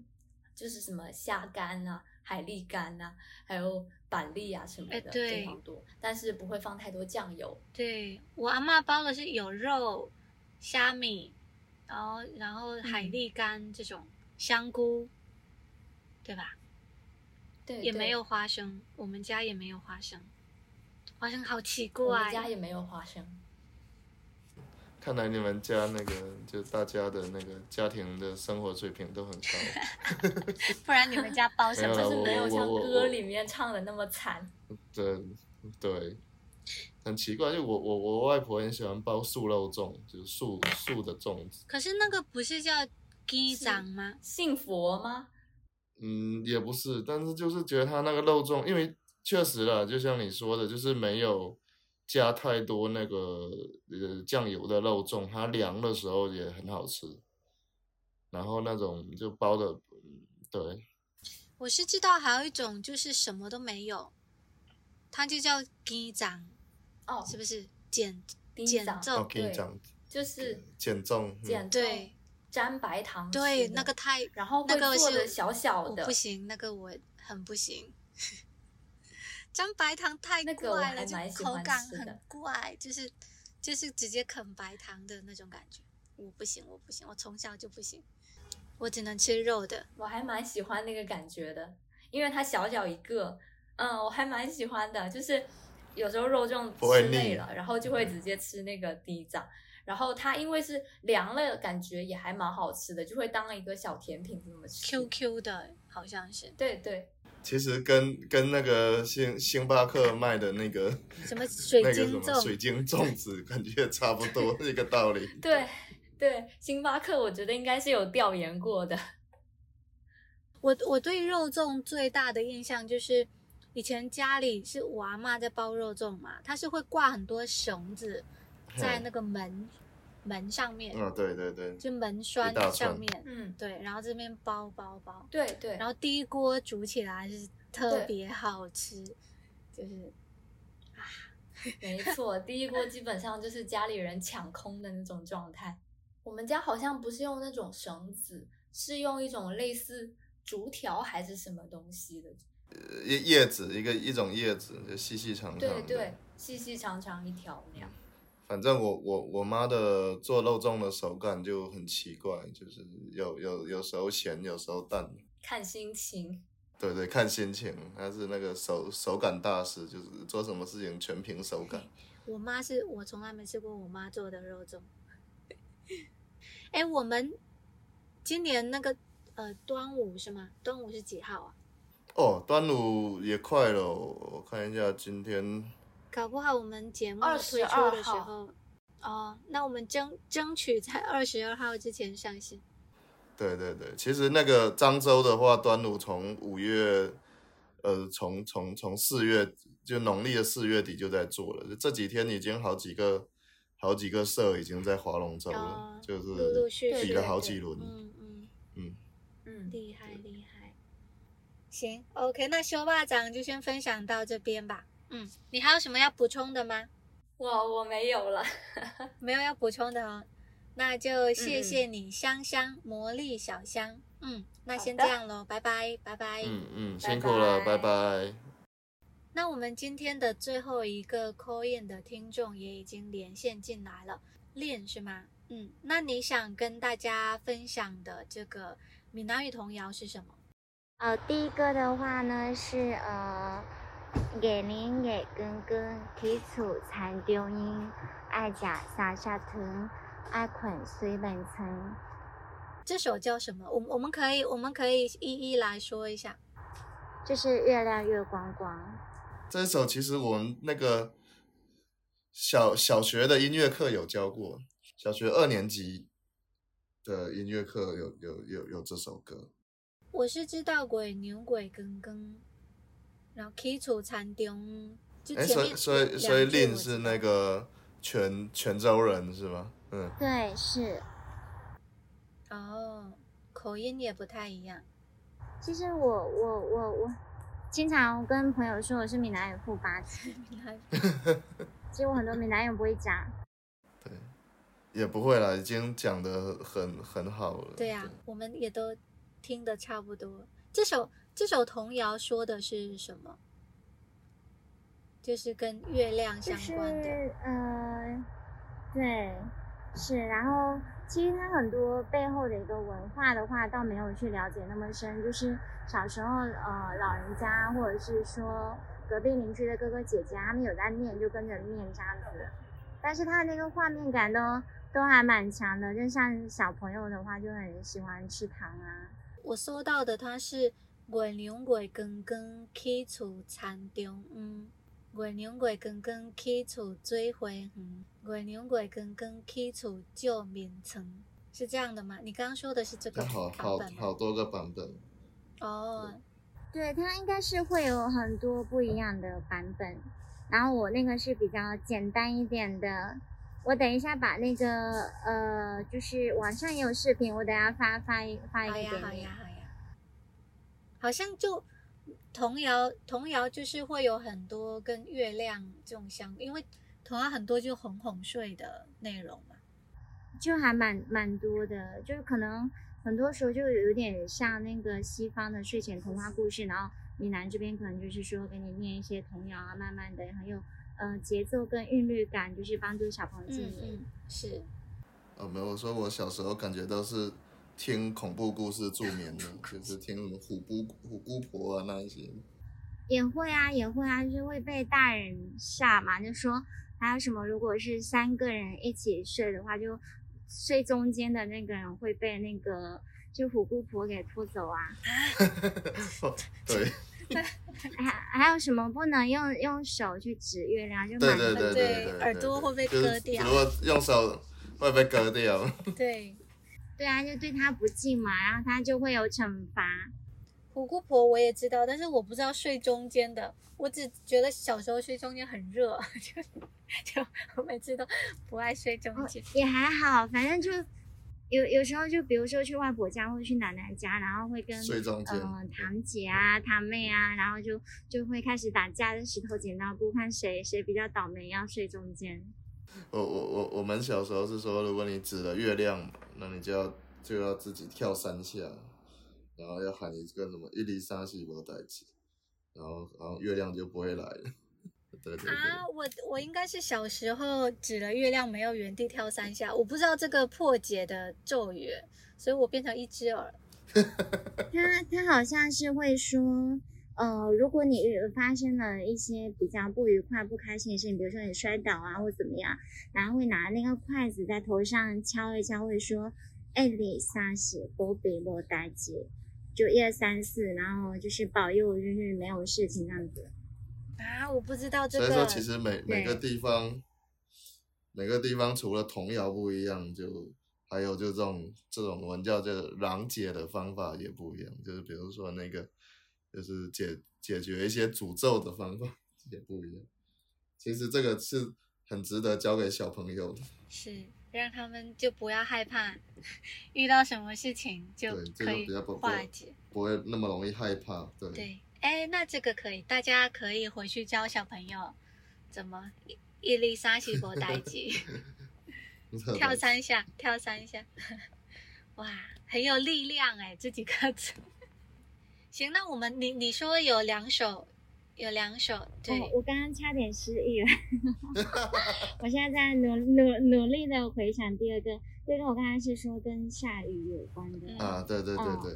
Speaker 4: 就是什么虾干啊、海蛎干啊，还有板栗啊什么
Speaker 1: 哎
Speaker 4: 的，
Speaker 1: 对
Speaker 4: 非常多。但是不会放太多酱油。
Speaker 1: 对我阿嬷包的是有肉、虾米，然后然后海
Speaker 4: 嗯
Speaker 1: 蛎干这种、香菇，对吧？
Speaker 4: 对，
Speaker 1: 也
Speaker 4: 对
Speaker 1: 没有，花生，我们家也没有花生，花生好奇
Speaker 4: 我们
Speaker 1: 怪。哦
Speaker 4: 家也没有花生。
Speaker 2: 看来你们家那个就大家的那个家庭的生活水平都很高。
Speaker 1: 不然你们家包什
Speaker 2: 没有
Speaker 4: 就
Speaker 2: 啦
Speaker 1: 么？
Speaker 4: 是没有
Speaker 2: 我
Speaker 4: 像
Speaker 2: 我
Speaker 4: 歌
Speaker 2: 我
Speaker 4: 里面唱的那么惨，
Speaker 2: 对对，很奇怪，就我我我外婆很喜欢包素肉粽，就是素素的粽子。
Speaker 1: 可是那个不是叫鸡掌吗？
Speaker 4: 信佛吗？
Speaker 2: 嗯，也不是，但是就是觉得它那个肉粽，因为确实啦，就像你说的，就是没有加太多那个呃酱油的肉粽，它凉的时候也很好吃。然后那种就包的，嗯对，
Speaker 1: 我是知道还有一种就是什么都没有，它就叫鸡掌，
Speaker 4: 哦，
Speaker 1: 是不是？减
Speaker 4: 低
Speaker 1: 减
Speaker 4: 长
Speaker 1: 重，
Speaker 2: 给你
Speaker 4: 对
Speaker 2: 讲
Speaker 4: 就是
Speaker 2: 减重，嗯
Speaker 4: 减重
Speaker 1: 对
Speaker 4: 沾白糖吃的，
Speaker 1: 对，那个太
Speaker 4: 然后
Speaker 1: 那
Speaker 4: 会
Speaker 1: 个
Speaker 4: 做
Speaker 1: 是
Speaker 4: 的小小
Speaker 1: 我
Speaker 4: 的
Speaker 1: 不，行，那个我很不行。 [LAUGHS] 沾白糖太
Speaker 4: 那个我
Speaker 1: 怪
Speaker 4: 还
Speaker 1: 了，就
Speaker 4: 蛮喜
Speaker 1: 口
Speaker 4: 欢
Speaker 1: 感
Speaker 4: 吃的
Speaker 1: 很怪，就是就是直接啃白糖的那种感觉。我不行，我不行，我从小就不行，我只能吃肉的。
Speaker 4: 我还蛮喜欢那个感觉的，因为它小小一个，嗯，我还蛮喜欢的。就是有时候肉粽
Speaker 2: 不会
Speaker 4: 吃累
Speaker 2: 腻嗯
Speaker 4: 了，然后就会直接吃那个地藏，然后它因为是凉了，感觉也还蛮好吃的，就会当一个小甜品那么吃。
Speaker 1: QQ 的，好像是
Speaker 4: 对对，
Speaker 2: 其实跟跟那个星星巴克卖的那个
Speaker 1: 什
Speaker 2: [LAUGHS]
Speaker 1: 么水
Speaker 2: 那个什
Speaker 1: 晶
Speaker 2: 么
Speaker 1: 粽，
Speaker 2: 水晶粽子，感觉差不多一个道理。
Speaker 4: 对对，星巴克我觉得应该是有调研过的。
Speaker 1: 我我对肉粽最大的印象就是，以前家里是我阿妈在包肉粽嘛，她是会挂很多绳子在那个门门上面，
Speaker 2: 嗯，对对对，
Speaker 1: 就门
Speaker 2: 一
Speaker 1: 栓
Speaker 2: 大
Speaker 1: 上
Speaker 2: 串
Speaker 1: 面，
Speaker 4: 嗯，
Speaker 1: 对，然后这边包包包，
Speaker 4: 对对
Speaker 1: 然，后第一锅煮起来是特
Speaker 4: 对
Speaker 1: 别好吃，就是
Speaker 4: 没错，第一锅基本上就是家里人抢空的那种状态。我们家好像不是用那种绳子，是用一种类似竹条还是什么东西的，
Speaker 2: 呃叶叶子一个一种叶子，就细细长长
Speaker 4: 对
Speaker 2: 的。
Speaker 4: 对，细细长长一条那样。
Speaker 2: 反正我我我妈的做肉粽的手感就很奇怪，就是有有有时候咸，有时候淡。
Speaker 4: 看心情，
Speaker 2: 对对，看心情，她是那个手手感大师，就是做什么事情全凭手感。
Speaker 1: 我妈是我从来没吃过我妈做的肉粽。哎，我们今年那个呃端午是吗？端午是几号啊？
Speaker 2: 哦，端午也快了，哦我看一下今天
Speaker 1: 搞不好我们节目推
Speaker 4: 22
Speaker 1: 出的时
Speaker 4: 号
Speaker 1: 候，哦，那我们争争取在二十二号之前上线。
Speaker 2: 对对对，其实那个漳州的话，端午从五月，呃，从从从四月就农历的四月底就在做了，就这几天已经好几个好几个社已经在划龙舟了，
Speaker 1: 哦
Speaker 2: 就是
Speaker 1: 陆陆续
Speaker 2: 比
Speaker 1: 续
Speaker 2: 了
Speaker 4: 对
Speaker 2: 好
Speaker 4: 对
Speaker 2: 几轮。
Speaker 1: 嗯嗯，
Speaker 4: 嗯，
Speaker 1: 厉害厉害。行，OK，那修霸掌就先分享到这边吧。嗯，你还有什么要补充的吗？
Speaker 4: 我我没有了，
Speaker 1: 没有要补充的哦，那就谢谢你，香香魔力小香。嗯，那先这样喽，拜拜，拜哎拜。
Speaker 2: 嗯嗯，
Speaker 4: 拜
Speaker 2: 辛苦了，拜
Speaker 4: 拜
Speaker 2: 拜。
Speaker 1: 那我们今天的最后一个 call in 的听众也已经连线进来了，练是吗？嗯，那你想跟大家分享的这个闽南语童谣是什么？
Speaker 5: 呃，第一个的话呢是呃，野林野根根，提楚残丢音，爱甲沙沙屯，爱捆虽本层。
Speaker 1: 这首叫什么？我我们可以我们可以一一来说一下。
Speaker 5: 就是月亮月光光，
Speaker 2: 这首其实我们那个小小学的音乐课有教过，小学二年级的音乐课有有有有这首歌。
Speaker 1: 我是知道鬼牛鬼跟跟，然后基础残中，就
Speaker 2: 哎，
Speaker 1: 前
Speaker 2: 所
Speaker 1: 面
Speaker 2: 以所以所以
Speaker 1: 两句我
Speaker 2: 令
Speaker 1: 知道
Speaker 2: 是那个泉泉州人是吗？嗯，
Speaker 5: 对，是。
Speaker 1: 哦，口音也不太一样。
Speaker 5: 其实我我我我经常跟朋友说我是闽南语副八级，
Speaker 1: 嗯
Speaker 5: 其实我很多闽南语不会讲。
Speaker 2: 也不会啦，已经讲的很很好了。
Speaker 1: 对呀、啊我们也都听得差不多。这首这首童谣说的是什么？就是跟月亮
Speaker 5: 就
Speaker 1: 相
Speaker 5: 是
Speaker 1: 关的。
Speaker 5: 呃，对，是，然后其实它很多背后的一个文化的话，倒没有去了解那么深，就是小时候呃老人家或者是说隔壁邻居的哥哥姐姐，他们有在念就跟着念这样子，但是它的那个画面感都都还蛮强的，就像小朋友的话就很喜欢吃糖啊，
Speaker 1: 我搜到的它是“月亮月光光，起厝田中央；月亮月光光，起厝水花园；月亮月光光，起厝照眠床”，是这样的吗？你刚刚说的是这个
Speaker 2: 那好
Speaker 1: 版
Speaker 2: 好
Speaker 1: 本啊吗
Speaker 2: 好多个版本。
Speaker 1: 哦，
Speaker 5: 对，它应该是会有很多不一样的版本。然后我那个是比较简单一点的，我等一下把那个呃，就是网上也有视频，我等一下发发一发一
Speaker 1: 好
Speaker 5: 个给
Speaker 1: 呀，好
Speaker 5: 你
Speaker 1: 呀。，好呀。好像就童谣，童谣就是会有很多跟月亮这种相，因为童谣很多就哄哄睡的内容
Speaker 5: [LAUGHS]
Speaker 1: 嘛。
Speaker 5: 就还蛮蛮多的，就是可能很多时候就有点像那个西方的睡前童话故事，然后闽南这边可能就是说给你念一些童谣啊，慢慢的很有呃节奏跟韵律感，就是帮助小朋友进
Speaker 1: 嗯
Speaker 5: 入。
Speaker 1: 嗯，是。
Speaker 2: 哦，没有，我说我小时候感觉都是听恐怖故事助眠的，就是 [LAUGHS] 听什么虎姑虎姑婆啊那一些。
Speaker 5: 也会啊，也会啊，就是会被大人吓嘛，就说还有什么，如果是三个人一起睡的话，就睡中间的那个人会被那个就虎姑婆给拖走啊。
Speaker 2: 哦
Speaker 1: [LAUGHS]
Speaker 2: 对
Speaker 5: 还还有什么不能用用手去指月亮？就
Speaker 2: 对
Speaker 5: 蛮
Speaker 2: 对对
Speaker 5: 多的
Speaker 2: 对对，
Speaker 1: 耳朵会被
Speaker 2: 就是
Speaker 1: 割掉
Speaker 2: 如果用手会被割掉。
Speaker 1: 对，
Speaker 5: 对啊，就对他不敬嘛，然后他就会有惩罚。
Speaker 1: 虎姑婆我也知道，但是我不知道睡中间的，我只觉得小时候睡中间很热，就就我每次都不爱睡中间。
Speaker 5: 也还好，反正就有有时候就比如说去外婆家或者去奶奶家，然后会
Speaker 2: [LAUGHS]
Speaker 5: 跟
Speaker 2: 睡中间
Speaker 1: 嗯
Speaker 5: 呃堂姐啊、堂妹啊，然后就就会开始打架，就石头剪刀布，看谁谁比较倒霉，要睡中间。
Speaker 2: 我我我我们小时候是说，如果你指了月亮，那你就要就要自己跳三下，然后要喊一个什么一粒沙西伯代词，然后然后月亮就不会来了。 [LAUGHS] 对对对，
Speaker 1: 啊，我我应该是小时候指了月亮没有原地跳三下，我不知道这个破解的咒语，所以我变成一只耳。
Speaker 5: [LAUGHS] 他他好像是会说，呃，如果你呃发生了一些比较不愉快、不开心的事情，比如说你摔倒啊或怎么样，然后会拿那个筷子在头上敲一敲，会说“哎，里三十波比莫大吉”，就一二三四，然后就是保佑就是没有事情这样子。
Speaker 1: 啊，我不知道这
Speaker 2: 所
Speaker 1: 个。
Speaker 2: 以说其实每每个
Speaker 5: 对
Speaker 2: 地方每个地方除了童谣不一样，就还有就这种这种我们叫这个朗解的方法也不一样，就是比如说那个就是解解决一些诅咒的方法 [LAUGHS] 也不一样。其实这个是很值得教给小朋友的，
Speaker 1: 是让他们就不要害怕， [LAUGHS] 遇到什么事情就
Speaker 2: 对这
Speaker 1: 可
Speaker 2: 种
Speaker 1: 以
Speaker 2: 比较不
Speaker 1: 化解。
Speaker 2: 不会那么容易害怕。对，
Speaker 1: 对，哎，那这个可以，大家可以回去教小朋友怎么一一粒沙西伯代吉，跳三下，跳三下， [LAUGHS] 哇，很有力量哎，这几个字。 [LAUGHS] 行，那我们你你说有两首，有两首，对，
Speaker 5: 哦，我刚刚差点失忆了， [LAUGHS] 我现在在努努努力的回想第二个，第二个我刚才是说跟下雨有关的。
Speaker 1: 嗯
Speaker 2: 啊，对对对
Speaker 5: 嗯
Speaker 2: 对，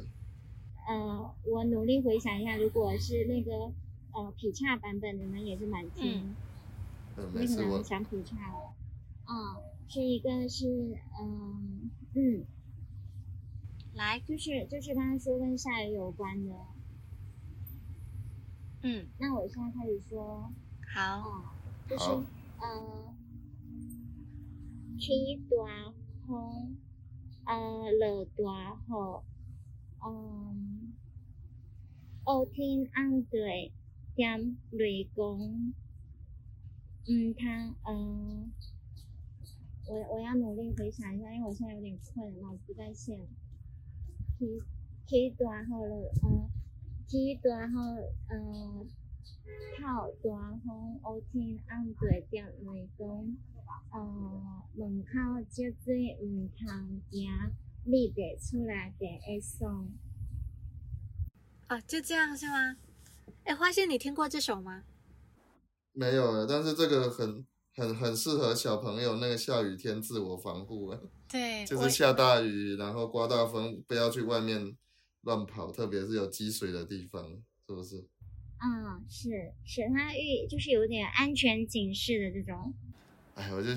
Speaker 5: 呃，我努力回想一下，如果是那个呃劈叉版本，你们也是蛮
Speaker 1: 嗯
Speaker 5: 听，
Speaker 2: 嗯，
Speaker 5: 你
Speaker 2: 没
Speaker 5: 们
Speaker 2: 事
Speaker 5: 可
Speaker 2: 我
Speaker 5: 能想劈叉了。嗯，是一个是嗯嗯，
Speaker 1: 来，
Speaker 5: 就是就是刚刚说跟下雨有关的。
Speaker 1: 嗯，
Speaker 5: 那我现在开始说，
Speaker 1: 好，
Speaker 5: 哦，就是
Speaker 2: 好
Speaker 5: 呃，起大风，呃，落大雨，ờ, 嗯，乌天暗地点雷公，嗯，他嗯，我我要努力回想一下，因为我现在有点困，脑子在线。起起大雨了，嗯，起大雨，嗯，透大风，乌天暗地点雷公，呃，门口积水毋通行，你得出来第一爽。
Speaker 1: 啊，就这样是吗？哎，花仙，你听过这首吗？
Speaker 2: 没有了，但是这个很很很适合小朋友那个下雨天自我防护啊。
Speaker 1: 对，
Speaker 2: 就
Speaker 1: 我
Speaker 2: 是下大雨，然后刮大风，不要去外面乱跑，特别是有积水的地方，是不是？
Speaker 5: 嗯，是是，它寓就是有点安全警示的这种。
Speaker 2: 哎，我就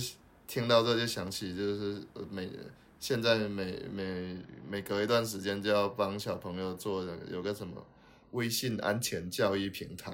Speaker 2: 听到这就想起，就是呃每现在每每每隔一段时间就要帮小朋友做的有个什么微信安全教育平台，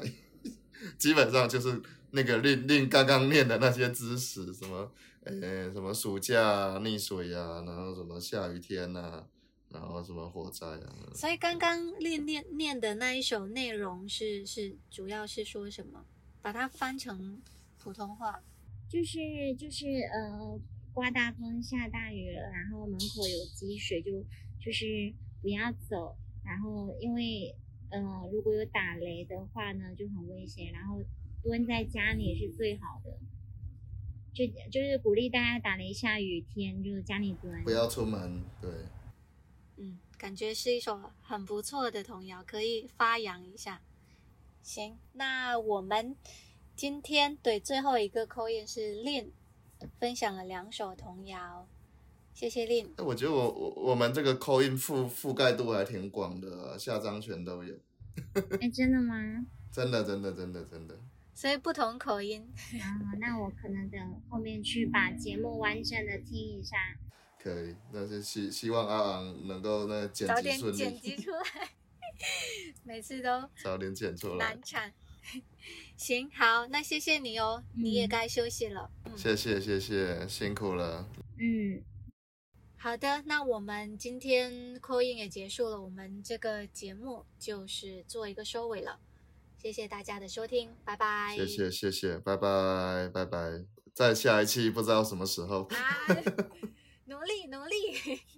Speaker 2: [LAUGHS] 基本上就是那个令令刚刚念的那些知识，什么呃什么暑假啊、溺水呀、然后什么下雨天呐、然后什么火灾啊，
Speaker 1: 所以刚刚练练念的那一首内容是是主要是说什么？把它翻成普通话。
Speaker 5: 就是就是呃，刮大风下大雨了，然后门口有积水就就是不要走，然后因为呃，如果有打雷的话呢，就很危险。然后蹲在家里是最好的，就就是鼓励大家打雷下雨天就家里蹲。
Speaker 2: 不要出门，对，
Speaker 1: 嗯，感觉是一首很不错的童谣，可以发扬一下。行，那我们今天对最后一个扣印是 Lin 分享了两首童谣，谢谢 Lin。
Speaker 2: 哎，我觉得我我我们这个扣印覆覆盖度还挺广的啊、下章全都有，
Speaker 5: 哎，真的吗？
Speaker 2: 真的真的真的真的，
Speaker 1: [LAUGHS] 所以不同口音，
Speaker 5: 啊，那我可能等后面去把节目完整的听一下。
Speaker 2: 可以。但是希希望阿昂能够那个剪
Speaker 1: 早
Speaker 2: 辑
Speaker 1: 点
Speaker 2: 顺
Speaker 1: 剪
Speaker 2: 利，
Speaker 1: 辑出来， [LAUGHS] 每次都
Speaker 2: 早点剪出来
Speaker 1: 难。产。 [LAUGHS] 行，好，那谢谢你哦，你也该休息了。
Speaker 2: 谢谢谢谢，辛苦了。
Speaker 5: 嗯，
Speaker 1: 好的，那我们今天 call in 也结束了，我们这个节目就是做一个收尾了。谢谢大家的收听，拜拜。
Speaker 2: 谢谢谢谢，拜拜拜拜，再下一期不知道什么时候。
Speaker 1: 啊，努力努力。